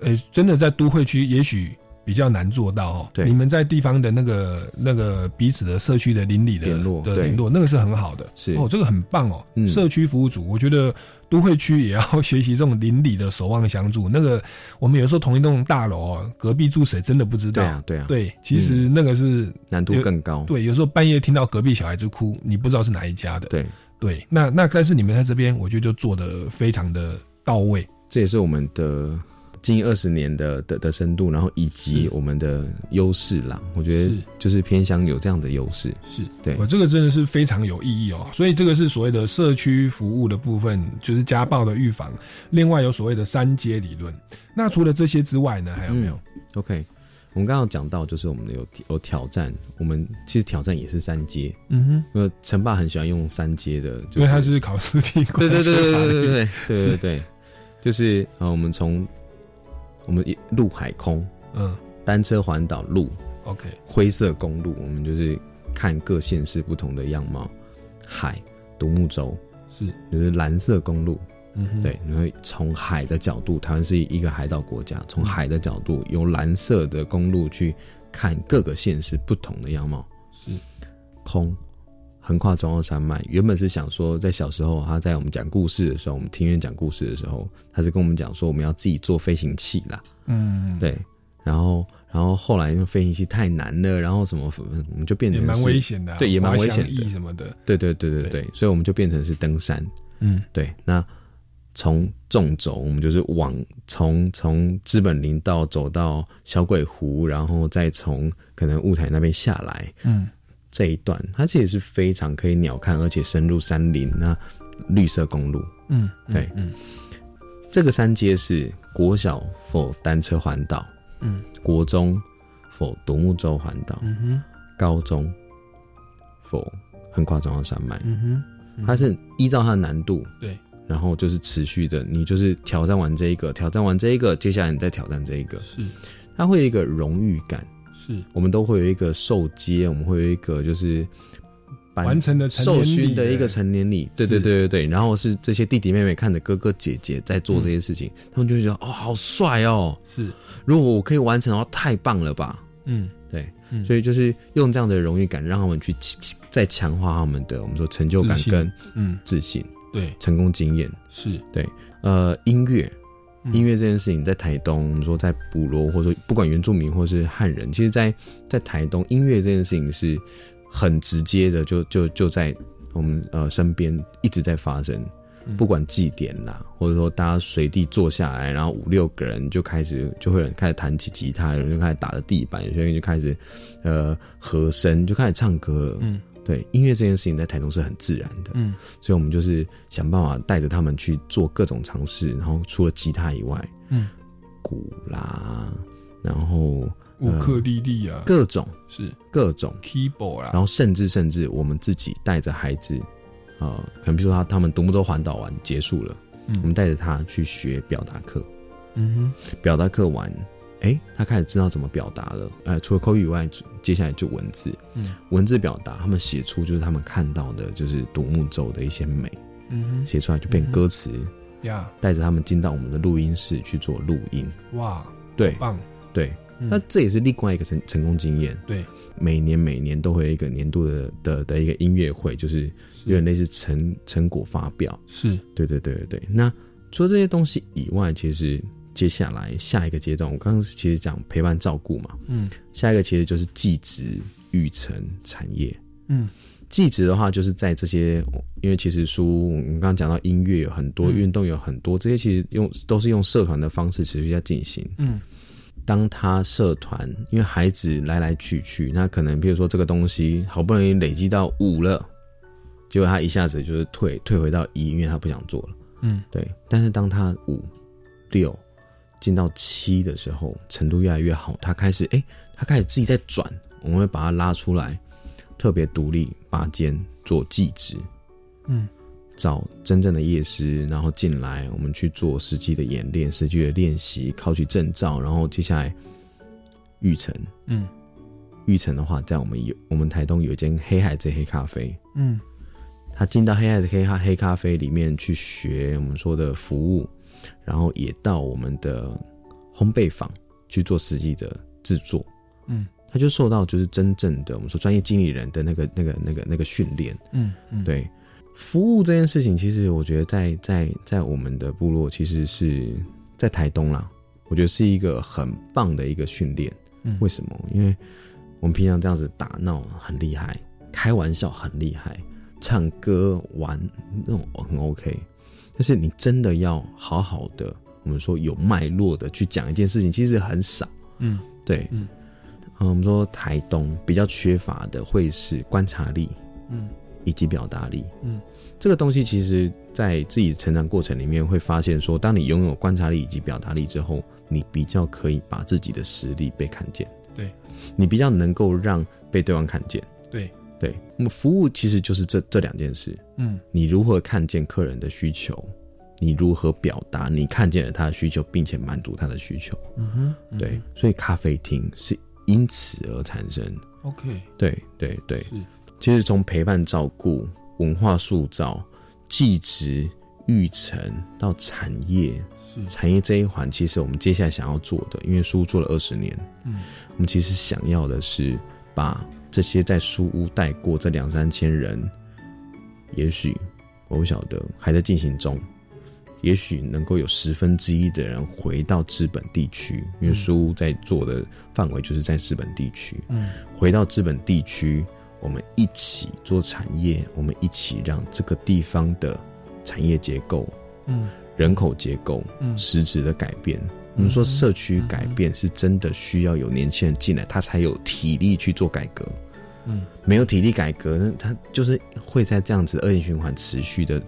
S3: 呃，真的在都会区也许比较难做到哦。
S4: 对
S3: 你们在地方的那个那个彼此的社区的邻里的
S4: 联络
S3: 的
S4: 对
S3: 联络，那个是很好的。
S4: 是
S3: 哦，这个很棒哦。
S4: 嗯
S3: 社区服务组，我觉得都会区也要学习这种邻里的守望相助。那个我们有时候同一栋大楼哦，隔壁住谁真的不知道。
S4: 对啊对啊
S3: 对，其实那个是
S4: 难度
S3: 有
S4: 更高
S3: 对，有时候半夜听到隔壁小孩子哭，你不知道是哪一家的。
S4: 对
S3: 对，那那但是你们在这边，我觉得就做的非常的到位。
S4: 这也是我们的近二十年的的的深度，然后以及我们的优势啦。我觉得
S3: 是
S4: 就是偏乡有这样的优势，
S3: 是
S4: 对
S3: 我这个真的是非常有意义哦。所以这个是所谓的社区服务的部分，就是家暴的预防。另外有所谓的三阶理论。那除了这些之外呢，还有没有？
S4: OK。我们刚刚有讲到，就是我们有有挑战，我们其实挑战也是三阶，
S3: 嗯哼，
S4: 因为陈爸很喜欢用三阶的，就
S3: 因为他
S4: 是
S3: 就是考试机
S4: 对
S3: 关，
S4: 对对 对对对对对
S3: 是
S4: 对对，就是啊，呃我们从我们一陆海空，
S3: 嗯，
S4: 单车环岛路
S3: OK
S4: 灰色公路，我们就是看各县市不同的样貌，海独木舟
S3: 是
S4: 就是蓝色公路，
S3: 嗯哼
S4: 对，然后从海的角度，台湾是一个海岛国家，从海的角度由蓝色的公路去看各个县市不同的样貌，
S3: 是
S4: 空，横跨中央山脉。原本是想说，在小时候他在我们讲故事的时候，我们听人讲故事的时候，他是跟我们讲说我们要自己做飞行器啦，
S3: 嗯，
S4: 对。然后，然后后来因为飞行器太难了，然后什么，我们就变成
S3: 也蛮
S4: 是
S3: 危险的啊
S4: 对，也蛮危险
S3: 滑翔翼什么的
S4: 对对对对对，所以我们就变成是登山，
S3: 嗯，
S4: 对。那从纵走，我们就是往从从资本林道走到小鬼湖，然后再从可能雾台那边下来，
S3: 嗯，
S4: 这一段，它其实是非常可以鸟瞰，而且深入山林。那绿色公路，
S3: 嗯，
S4: 对，
S3: 嗯，
S4: 这个三阶是国小否单车环岛，
S3: 嗯，
S4: 国中否独木舟环岛，
S3: 嗯哼，
S4: 高中否横跨中央山脉，
S3: 嗯哼嗯
S4: 它是依照它的难度，
S3: 对，
S4: 然后就是持续的，你就是挑战完这一个，挑战完这一个，接下来你再挑战这一个，
S3: 是，
S4: 它会有一个荣誉感，
S3: 是
S4: 我们都会有一个受接，我们会有一个就是班
S3: 完成的成年
S4: 受
S3: 礼
S4: 勋的
S3: 耶
S4: 一个成年礼，对对
S3: 是
S4: 对对对，然后是这些弟弟妹妹看着哥哥姐姐在做这些事情，
S3: 嗯
S4: 他们就会觉得哦好帅哦，
S3: 是，
S4: 如果我可以完成的话，哦太棒了吧，
S3: 嗯，
S4: 对，
S3: 嗯
S4: 所以就是用这样的荣誉感，让他们去起再强化他们的我们说成就感
S3: 自信
S4: 跟
S3: 嗯
S4: 自信，
S3: 对
S4: 成功经验
S3: 是
S4: 对，呃，音乐。
S3: 嗯
S4: 音乐这件事情在台东，我们说在部落，或者说不管原住民或是汉人，其实在，在台东，音乐这件事情是很直接的，就就就在我们呃身边一直在发生
S3: 嗯。
S4: 不管祭典啦，或者说大家随地坐下来，然后五六个人就开始就会有人开始弹起吉他，有人就开始打着地板，有些人就开始呃和声，就开始唱歌了。
S3: 嗯，
S4: 对，音乐这件事情在台东是很自然的。
S3: 嗯，
S4: 所以我们就是想办法带着他们去做各种尝试，然后除了吉他以外，
S3: 嗯，
S4: 鼓啦，然后
S3: 乌克丽丽啊
S4: 各种
S3: 是
S4: 各种
S3: 嗯 keyboard 啊啦
S4: 然后甚至甚至我们自己带着孩子，呃，可能比如说他他们独木舟环岛完结束了，
S3: 嗯
S4: 我们带着他去学表达课，
S3: 嗯
S4: 表达课完，哎，他开始知道怎么表达了，呃，除了口语以外，接下来就文字，
S3: 嗯
S4: 文字表达，他们写出就是他们看到的，就是独木舟的一些美，
S3: 嗯哼
S4: 写出来就变歌词，
S3: 呀，
S4: 带着他们进到我们的录音室去做录音，
S3: 哇，
S4: 对，
S3: 棒，
S4: 对，
S3: 嗯
S4: 那这也是另外一个成成功经验，
S3: 对，
S4: 每年每年都会有一个年度的的的一个音乐会，就是有点类似成成果发表，
S3: 是
S4: 对对对对对。那除了这些东西以外，其实接下来下一个阶段，我刚刚其实讲陪伴照顾嘛，
S3: 嗯，
S4: 下一个其实就是技职育成产业，
S3: 嗯，
S4: 技职的话就是在这些，因为其实书我们刚刚讲到音乐有很多，
S3: 嗯
S4: 运动有很多，这些其实用都是用社团的方式持续在进行，
S3: 嗯
S4: 当他社团，因为孩子来来去去，那可能比如说这个东西好不容易累积到五了，结果他一下子就是退退回到一，因为他不想做了。
S3: 嗯，
S4: 对。但是当他五六进到七的时候，程度越来越好，他开始哎、他开始自己在转，我们会把他拉出来，特别独立拔尖做技职，
S3: 嗯，
S4: 找真正的夜师，然后进来，我们去做实际的演练、实际的练习，考取证照，然后接下来育成。
S3: 嗯
S4: 育成的话，在我们有我们台东有一间黑海贼黑咖啡，
S3: 嗯
S4: 他进到黑海的黑咖黑咖啡里面去学我们说的服务，然后也到我们的烘焙坊去做实际的制作，
S3: 嗯
S4: 他就受到就是真正的我们说专业经理人的那个那个那个那个训练。
S3: 嗯嗯，，
S4: 对，服务这件事情，其实我觉得在在在我们的部落，其实是在台东啦，我觉得是一个很棒的一个训练。
S3: 嗯
S4: 为什么？因为我们平常这样子打闹很厉害，开玩笑很厉害，唱歌玩那种很 OK，但是你真的要好好的，我们说有脉络的去讲一件事情，其实很少。
S3: 嗯
S4: 对，
S3: 嗯
S4: 嗯，我们说台东比较缺乏的会是观察力
S3: 嗯
S4: 以及表达力。
S3: 嗯
S4: 这个东西其实，在自己成长过程里面会发现说，当你拥有观察力以及表达力之后，你比较可以把自己的实力被看见，
S3: 对
S4: 你比较能够让被对方看见。
S3: 对，
S4: 对，那么服务其实就是这这两件事，
S3: 嗯
S4: 你如何看见客人的需求，你如何表达你看见了他的需求，并且满足他的需求。
S3: 嗯哼，嗯
S4: 对，所以咖啡厅是因此而产生。
S3: ，OK，
S4: 对对对
S3: 是，
S4: 其实从陪伴照顾、文化塑造、技职育成到产业
S3: 是，
S4: 产业这一环，其实我们接下来想要做的，因为书屋做了二十年，
S3: 嗯
S4: 我们其实想要的是把这些在书屋带过这两三千人，也许我不晓得还在进行中。也许能够有十分之一的人回到资本地区，因为
S3: 嗯
S4: 书屋在做的范围就是在资本地区。
S3: 嗯
S4: 回到资本地区，我们一起做产业，我们一起让这个地方的产业结构、
S3: 嗯
S4: 人口结构
S3: 嗯
S4: 实质的改变。我们说社区改变是真的需要有年轻人进来，他才有体力去做改革。
S3: 嗯
S4: 没有体力改革，那他就是会在这样子恶性循环持续的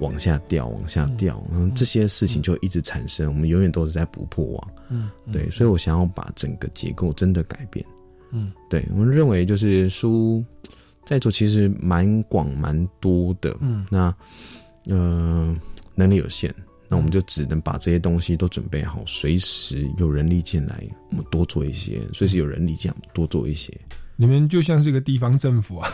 S4: 往下掉，往下掉，
S3: 嗯
S4: 然后这些事情就一直产生。我们永远都是在不破网。
S3: 嗯，
S4: 对，所以我想要把整个结构真的改变。
S3: 嗯
S4: 对我们认为就是书在座其实蛮广蛮多的，
S3: 嗯
S4: 那呃能力有限，那我们就只能把这些东西都准备好，随时有人力进来，我们多做一些；随时有人力进来，我们多做一些。
S3: 你们就像是一个地方政 府啊，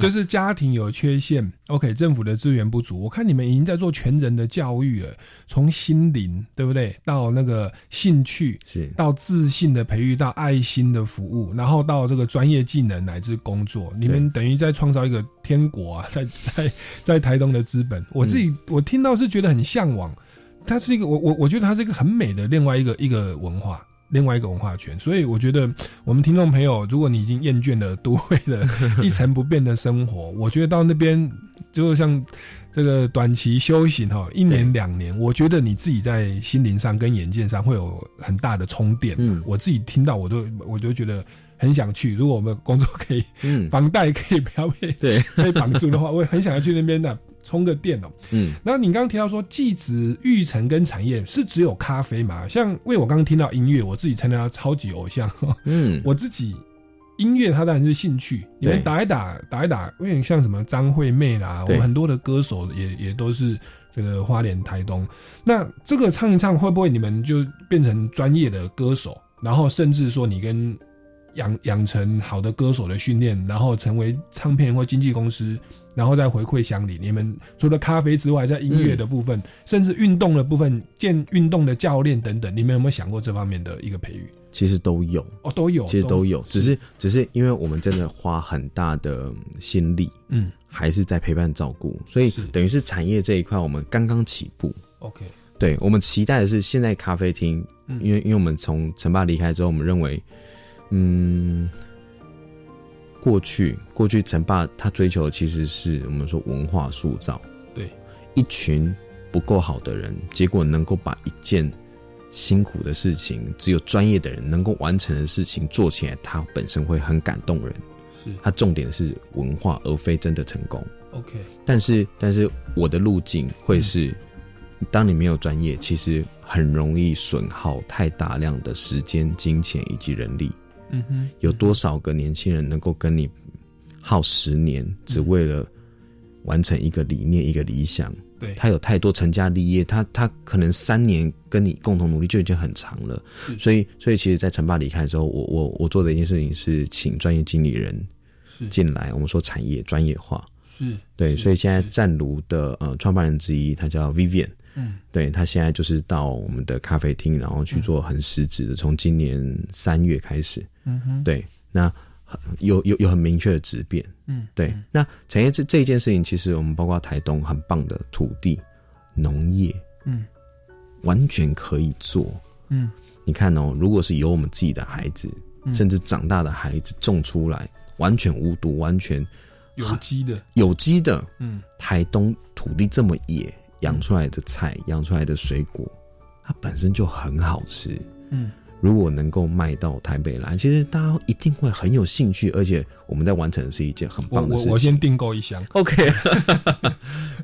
S3: 就是家庭有缺陷，OK，政府的资源不足。我看你们已经在做全人的教育了，从心灵，对不对？到那个兴趣，
S4: 是
S3: 到自信的培育，到爱心的服务，然后到这个专业技能乃至工作，你们等于在创造一个天国啊，在 在在台东的资本。我自己、我听到是觉得很向往，它是一个我我我觉得它是一个很美的另外一个一个文化。另外一个文化圈，所以我觉得我们听众朋友，如果你已经厌倦了都会的 一成不变的生活，我觉得到那边就像这个短期修行哈，一年两年，我觉得你自己在心灵上跟眼界上会有很大的充电。
S4: 嗯
S3: 我自己听到我都我都觉得很想去。如果我们工作可以，
S4: 嗯
S3: 房贷可以不要被
S4: 对
S3: 被绑住的话，我也很想要去那边的充个电哦、
S4: 嗯，
S3: 那你刚刚提到说，技职、育成跟产业是只有咖啡嘛？像因为我刚刚听到音乐，我自己参加超级偶像，
S4: 嗯
S3: 我自己音乐它当然是兴趣，你们
S4: 对
S3: 打一打打一打，有点像什么张惠妹啦，我
S4: 对
S3: 们很多的歌手也也都是这个花莲、台东。那这个唱一唱，会不会你们就变成专业的歌手？然后甚至说你跟养养成好的歌手的训练，然后成为唱片或经纪公司，然后再回馈乡里。你们除了咖啡之外，在音
S4: 嗯
S3: 乐的部分，甚至运动的部分，见运动的教练等等，你们有没有想过这方面的一个培育？
S4: 其实都有，嗯
S3: 哦，都有，
S4: 其实都有，只是只是因为我们真的花很大的心力，
S3: 嗯
S4: 还是在陪伴照顾，所以
S3: 是
S4: 等于是产业这一块我们刚刚起步。
S3: ，OK，
S4: 对我们期待的是，现在咖啡厅，
S3: 嗯
S4: 因为因为我们从陈爸离开之后，我们认为，嗯，过去过去陈爸他追求的其实是我们说文化塑造，
S3: 对，
S4: 一群不够好的人，结果能够把一件辛苦的事情，只有专业的人能够完成的事情做起来，他本身会很感动人。
S3: 是
S4: 他重点是文化，而非真的成功。
S3: OK，
S4: 但是但是我的路径会是，
S3: 嗯
S4: 当你没有专业，其实很容易损耗太大量的时间、金钱以及人力。
S3: 嗯哼，
S4: 有多少个年轻人能够跟你耗十年，
S3: 嗯
S4: 只为了完成一个理念、一个理想？
S3: 对
S4: 他有太多成家立业，他他可能三年跟你共同努力就已经很长了。所以，所以其实，在陈爸离开的时候，我我我做的一件事情是请专业经理人
S3: 是
S4: 进来，我们说产业专业化。
S3: 是
S4: 对，所以现在湛卢的呃创办人之一，他叫 Vivian，
S3: 嗯，
S4: 对他现在就是到我们的咖啡厅，然后去做很实质的，从、今年三月开始，
S3: 嗯哼
S4: 对，那很有有有很明确的质变，
S3: 嗯
S4: 对，那产业这这一件事情，其实我们包括台东很棒的土地、农业，
S3: 嗯，
S4: 完全可以做，
S3: 嗯，
S4: 你看哦，如果是由我们自己的孩子，
S3: 嗯
S4: 甚至长大的孩子种出来，完全无毒，完全
S3: 有机的，
S4: 有机的，
S3: 嗯，
S4: 台东土地这么野，养出来的菜、养出来的水果，它本身就很好吃。
S3: 嗯，
S4: 如果能够卖到台北来，其实大家一定会很有兴趣，而且我们在完成的是一件很
S3: 我
S4: 棒的
S3: 我
S4: 事情。
S3: 我先订购一箱。
S4: OK，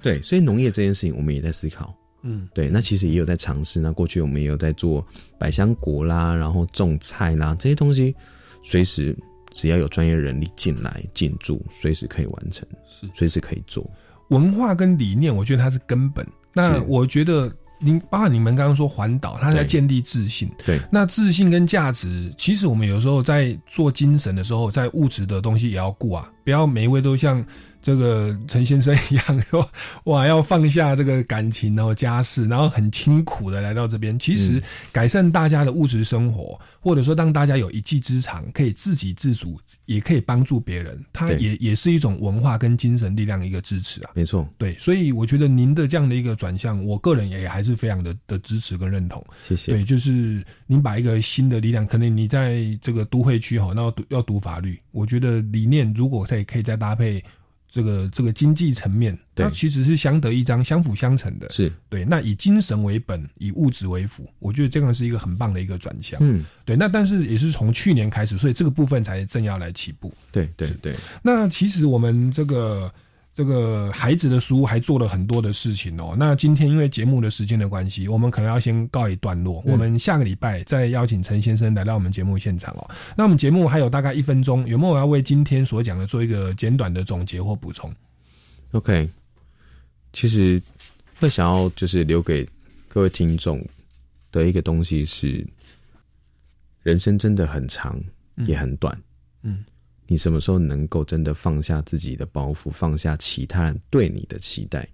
S4: 对，所以农业这件事情我们也在思考。
S3: 嗯，
S4: 对，那其实也有在尝试。那过去我们也有在做百香果啦，然后种菜啦这些东西，随时只要有专业人力进来进驻，随时可以完成，随时可以做。
S3: 文化跟理念，我觉得它是根本。那我觉得您包括你们刚刚说环岛，它是在
S4: 对
S3: 建立自信。
S4: 对，
S3: 那自信跟价值，其实我们有时候在做精神的时候，在物质的东西也要顾啊，不要每一位都像这个陈先生一样说，哇，要放下这个感情，然后家事，然后很清苦的来到这边。其实
S4: 嗯
S3: 改善大家的物质生活，或者说让大家有一技之长，可以自给自足，也可以帮助别人，它
S4: 对
S3: 也也是一种文化跟精神力量的一个支持啊。
S4: 没错，
S3: 对，所以我觉得您的这样的一个转向，我个人也还是非常的的支持跟认同。
S4: 谢谢。
S3: 对，就是您把一个新的力量，可能你在这个都会区哈，那要读要读法律，我觉得理念如果再可以再搭配这个这个经济层面，它
S4: 对
S3: 其实是相得益彰、相辅相成的。
S4: 是
S3: 对，那以精神为本，以物质为辅，我觉得这样是一个很棒的一个转向。
S4: 嗯，
S3: 对，那但是也是从去年开始，所以这个部分才正要来起步。
S4: 对对对，
S3: 那其实我们这个这个孩子的书还做了很多的事情哦。那今天因为节目的时间的关系，我们可能要先告一段落。
S4: 嗯
S3: 我们下个礼拜再邀请陈先生来到我们节目现场哦。那我们节目还有大概一分钟，有没有要为今天所讲的做一个简短的总结或补充？
S4: OK，其实会想要就是留给各位听众的一个东西是，人生真的很长，
S3: 嗯
S4: 也很短。
S3: 嗯，
S4: 你什么时候能够真的放下自己的包袱，放下其他人对你的期待，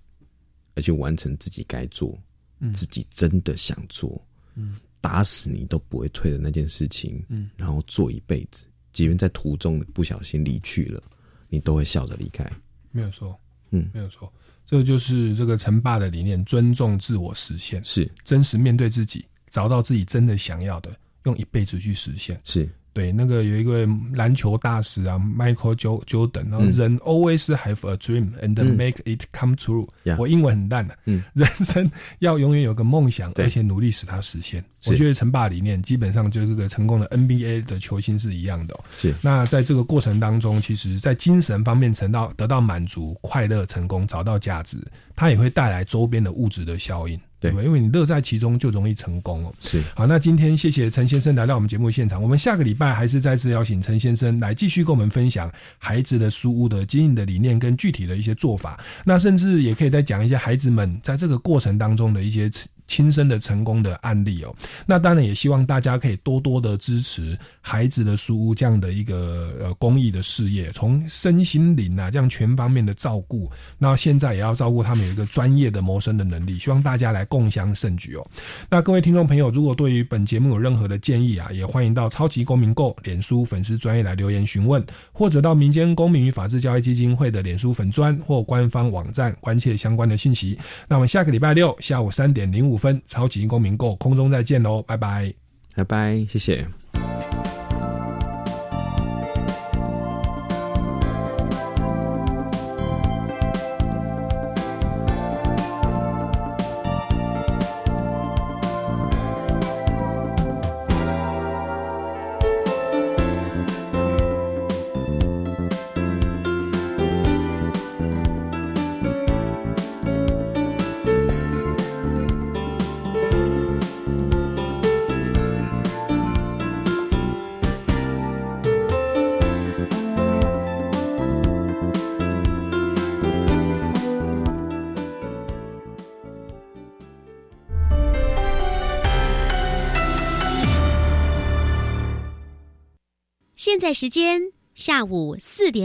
S4: 而去完成自己该做、
S3: 嗯
S4: 自己真的想做、
S3: 嗯
S4: 打死你都不会退的那件事情，
S3: 嗯
S4: 然后做一辈子，即便在途中不小心离去了，你都会笑着离开。
S3: 没有错，
S4: 嗯，
S3: 没有错。这就是这个陈爸的理念：尊重自我实现，
S4: 是
S3: 真实面对自己，找到自己真的想要的，用一辈子去实现。
S4: 是，
S3: 对，那个有一位篮球大师啊，Michael Jo- Jordan，然后
S4: 嗯
S3: 人 always have a dream and
S4: 嗯
S3: make it come true、
S4: Yeah
S3: 我英文很烂的、啊
S4: 嗯，
S3: 人生要永远有个梦想，
S4: 对
S3: 而且努力使它实现。
S4: 是
S3: 我觉得陈爸理念基本上就是个成功的 NBA 的球星是一样的哦、
S4: 是
S3: 那在这个过程当中，其实在精神方面成到得到满足、快乐、成功、找到价值，它也会带来周边的物质的效应，
S4: 对
S3: 对吧？因为你乐在其中，就容易成功哦。
S4: 是。
S3: 好，那今天谢谢陈先生来到我们节目现场，我们下个礼拜还是再次邀请陈先生来继续跟我们分享孩子的书屋的经营的理念跟具体的一些做法，那甚至也可以再讲一下孩子们在这个过程当中的一些亲身的成功的案例哦。那当然也希望大家可以多多的支持孩子的书屋这样的一个呃公益的事业，从身心灵啊这样全方面的照顾，那现在也要照顾他们有一个专业的谋生的能力，希望大家来共襄盛举哦。那各位听众朋友，如果对于本节目有任何的建议啊，也欢迎到超级公民购脸书粉丝专业来留言询问，或者到民间公民与法治教育基金会的脸书粉专或官方网站关切相关的讯息。那我们下个礼拜六下午三点零五分，超级公民购空中再见喽，拜拜。
S4: 拜拜，谢谢。
S7: 现在时间下午四点。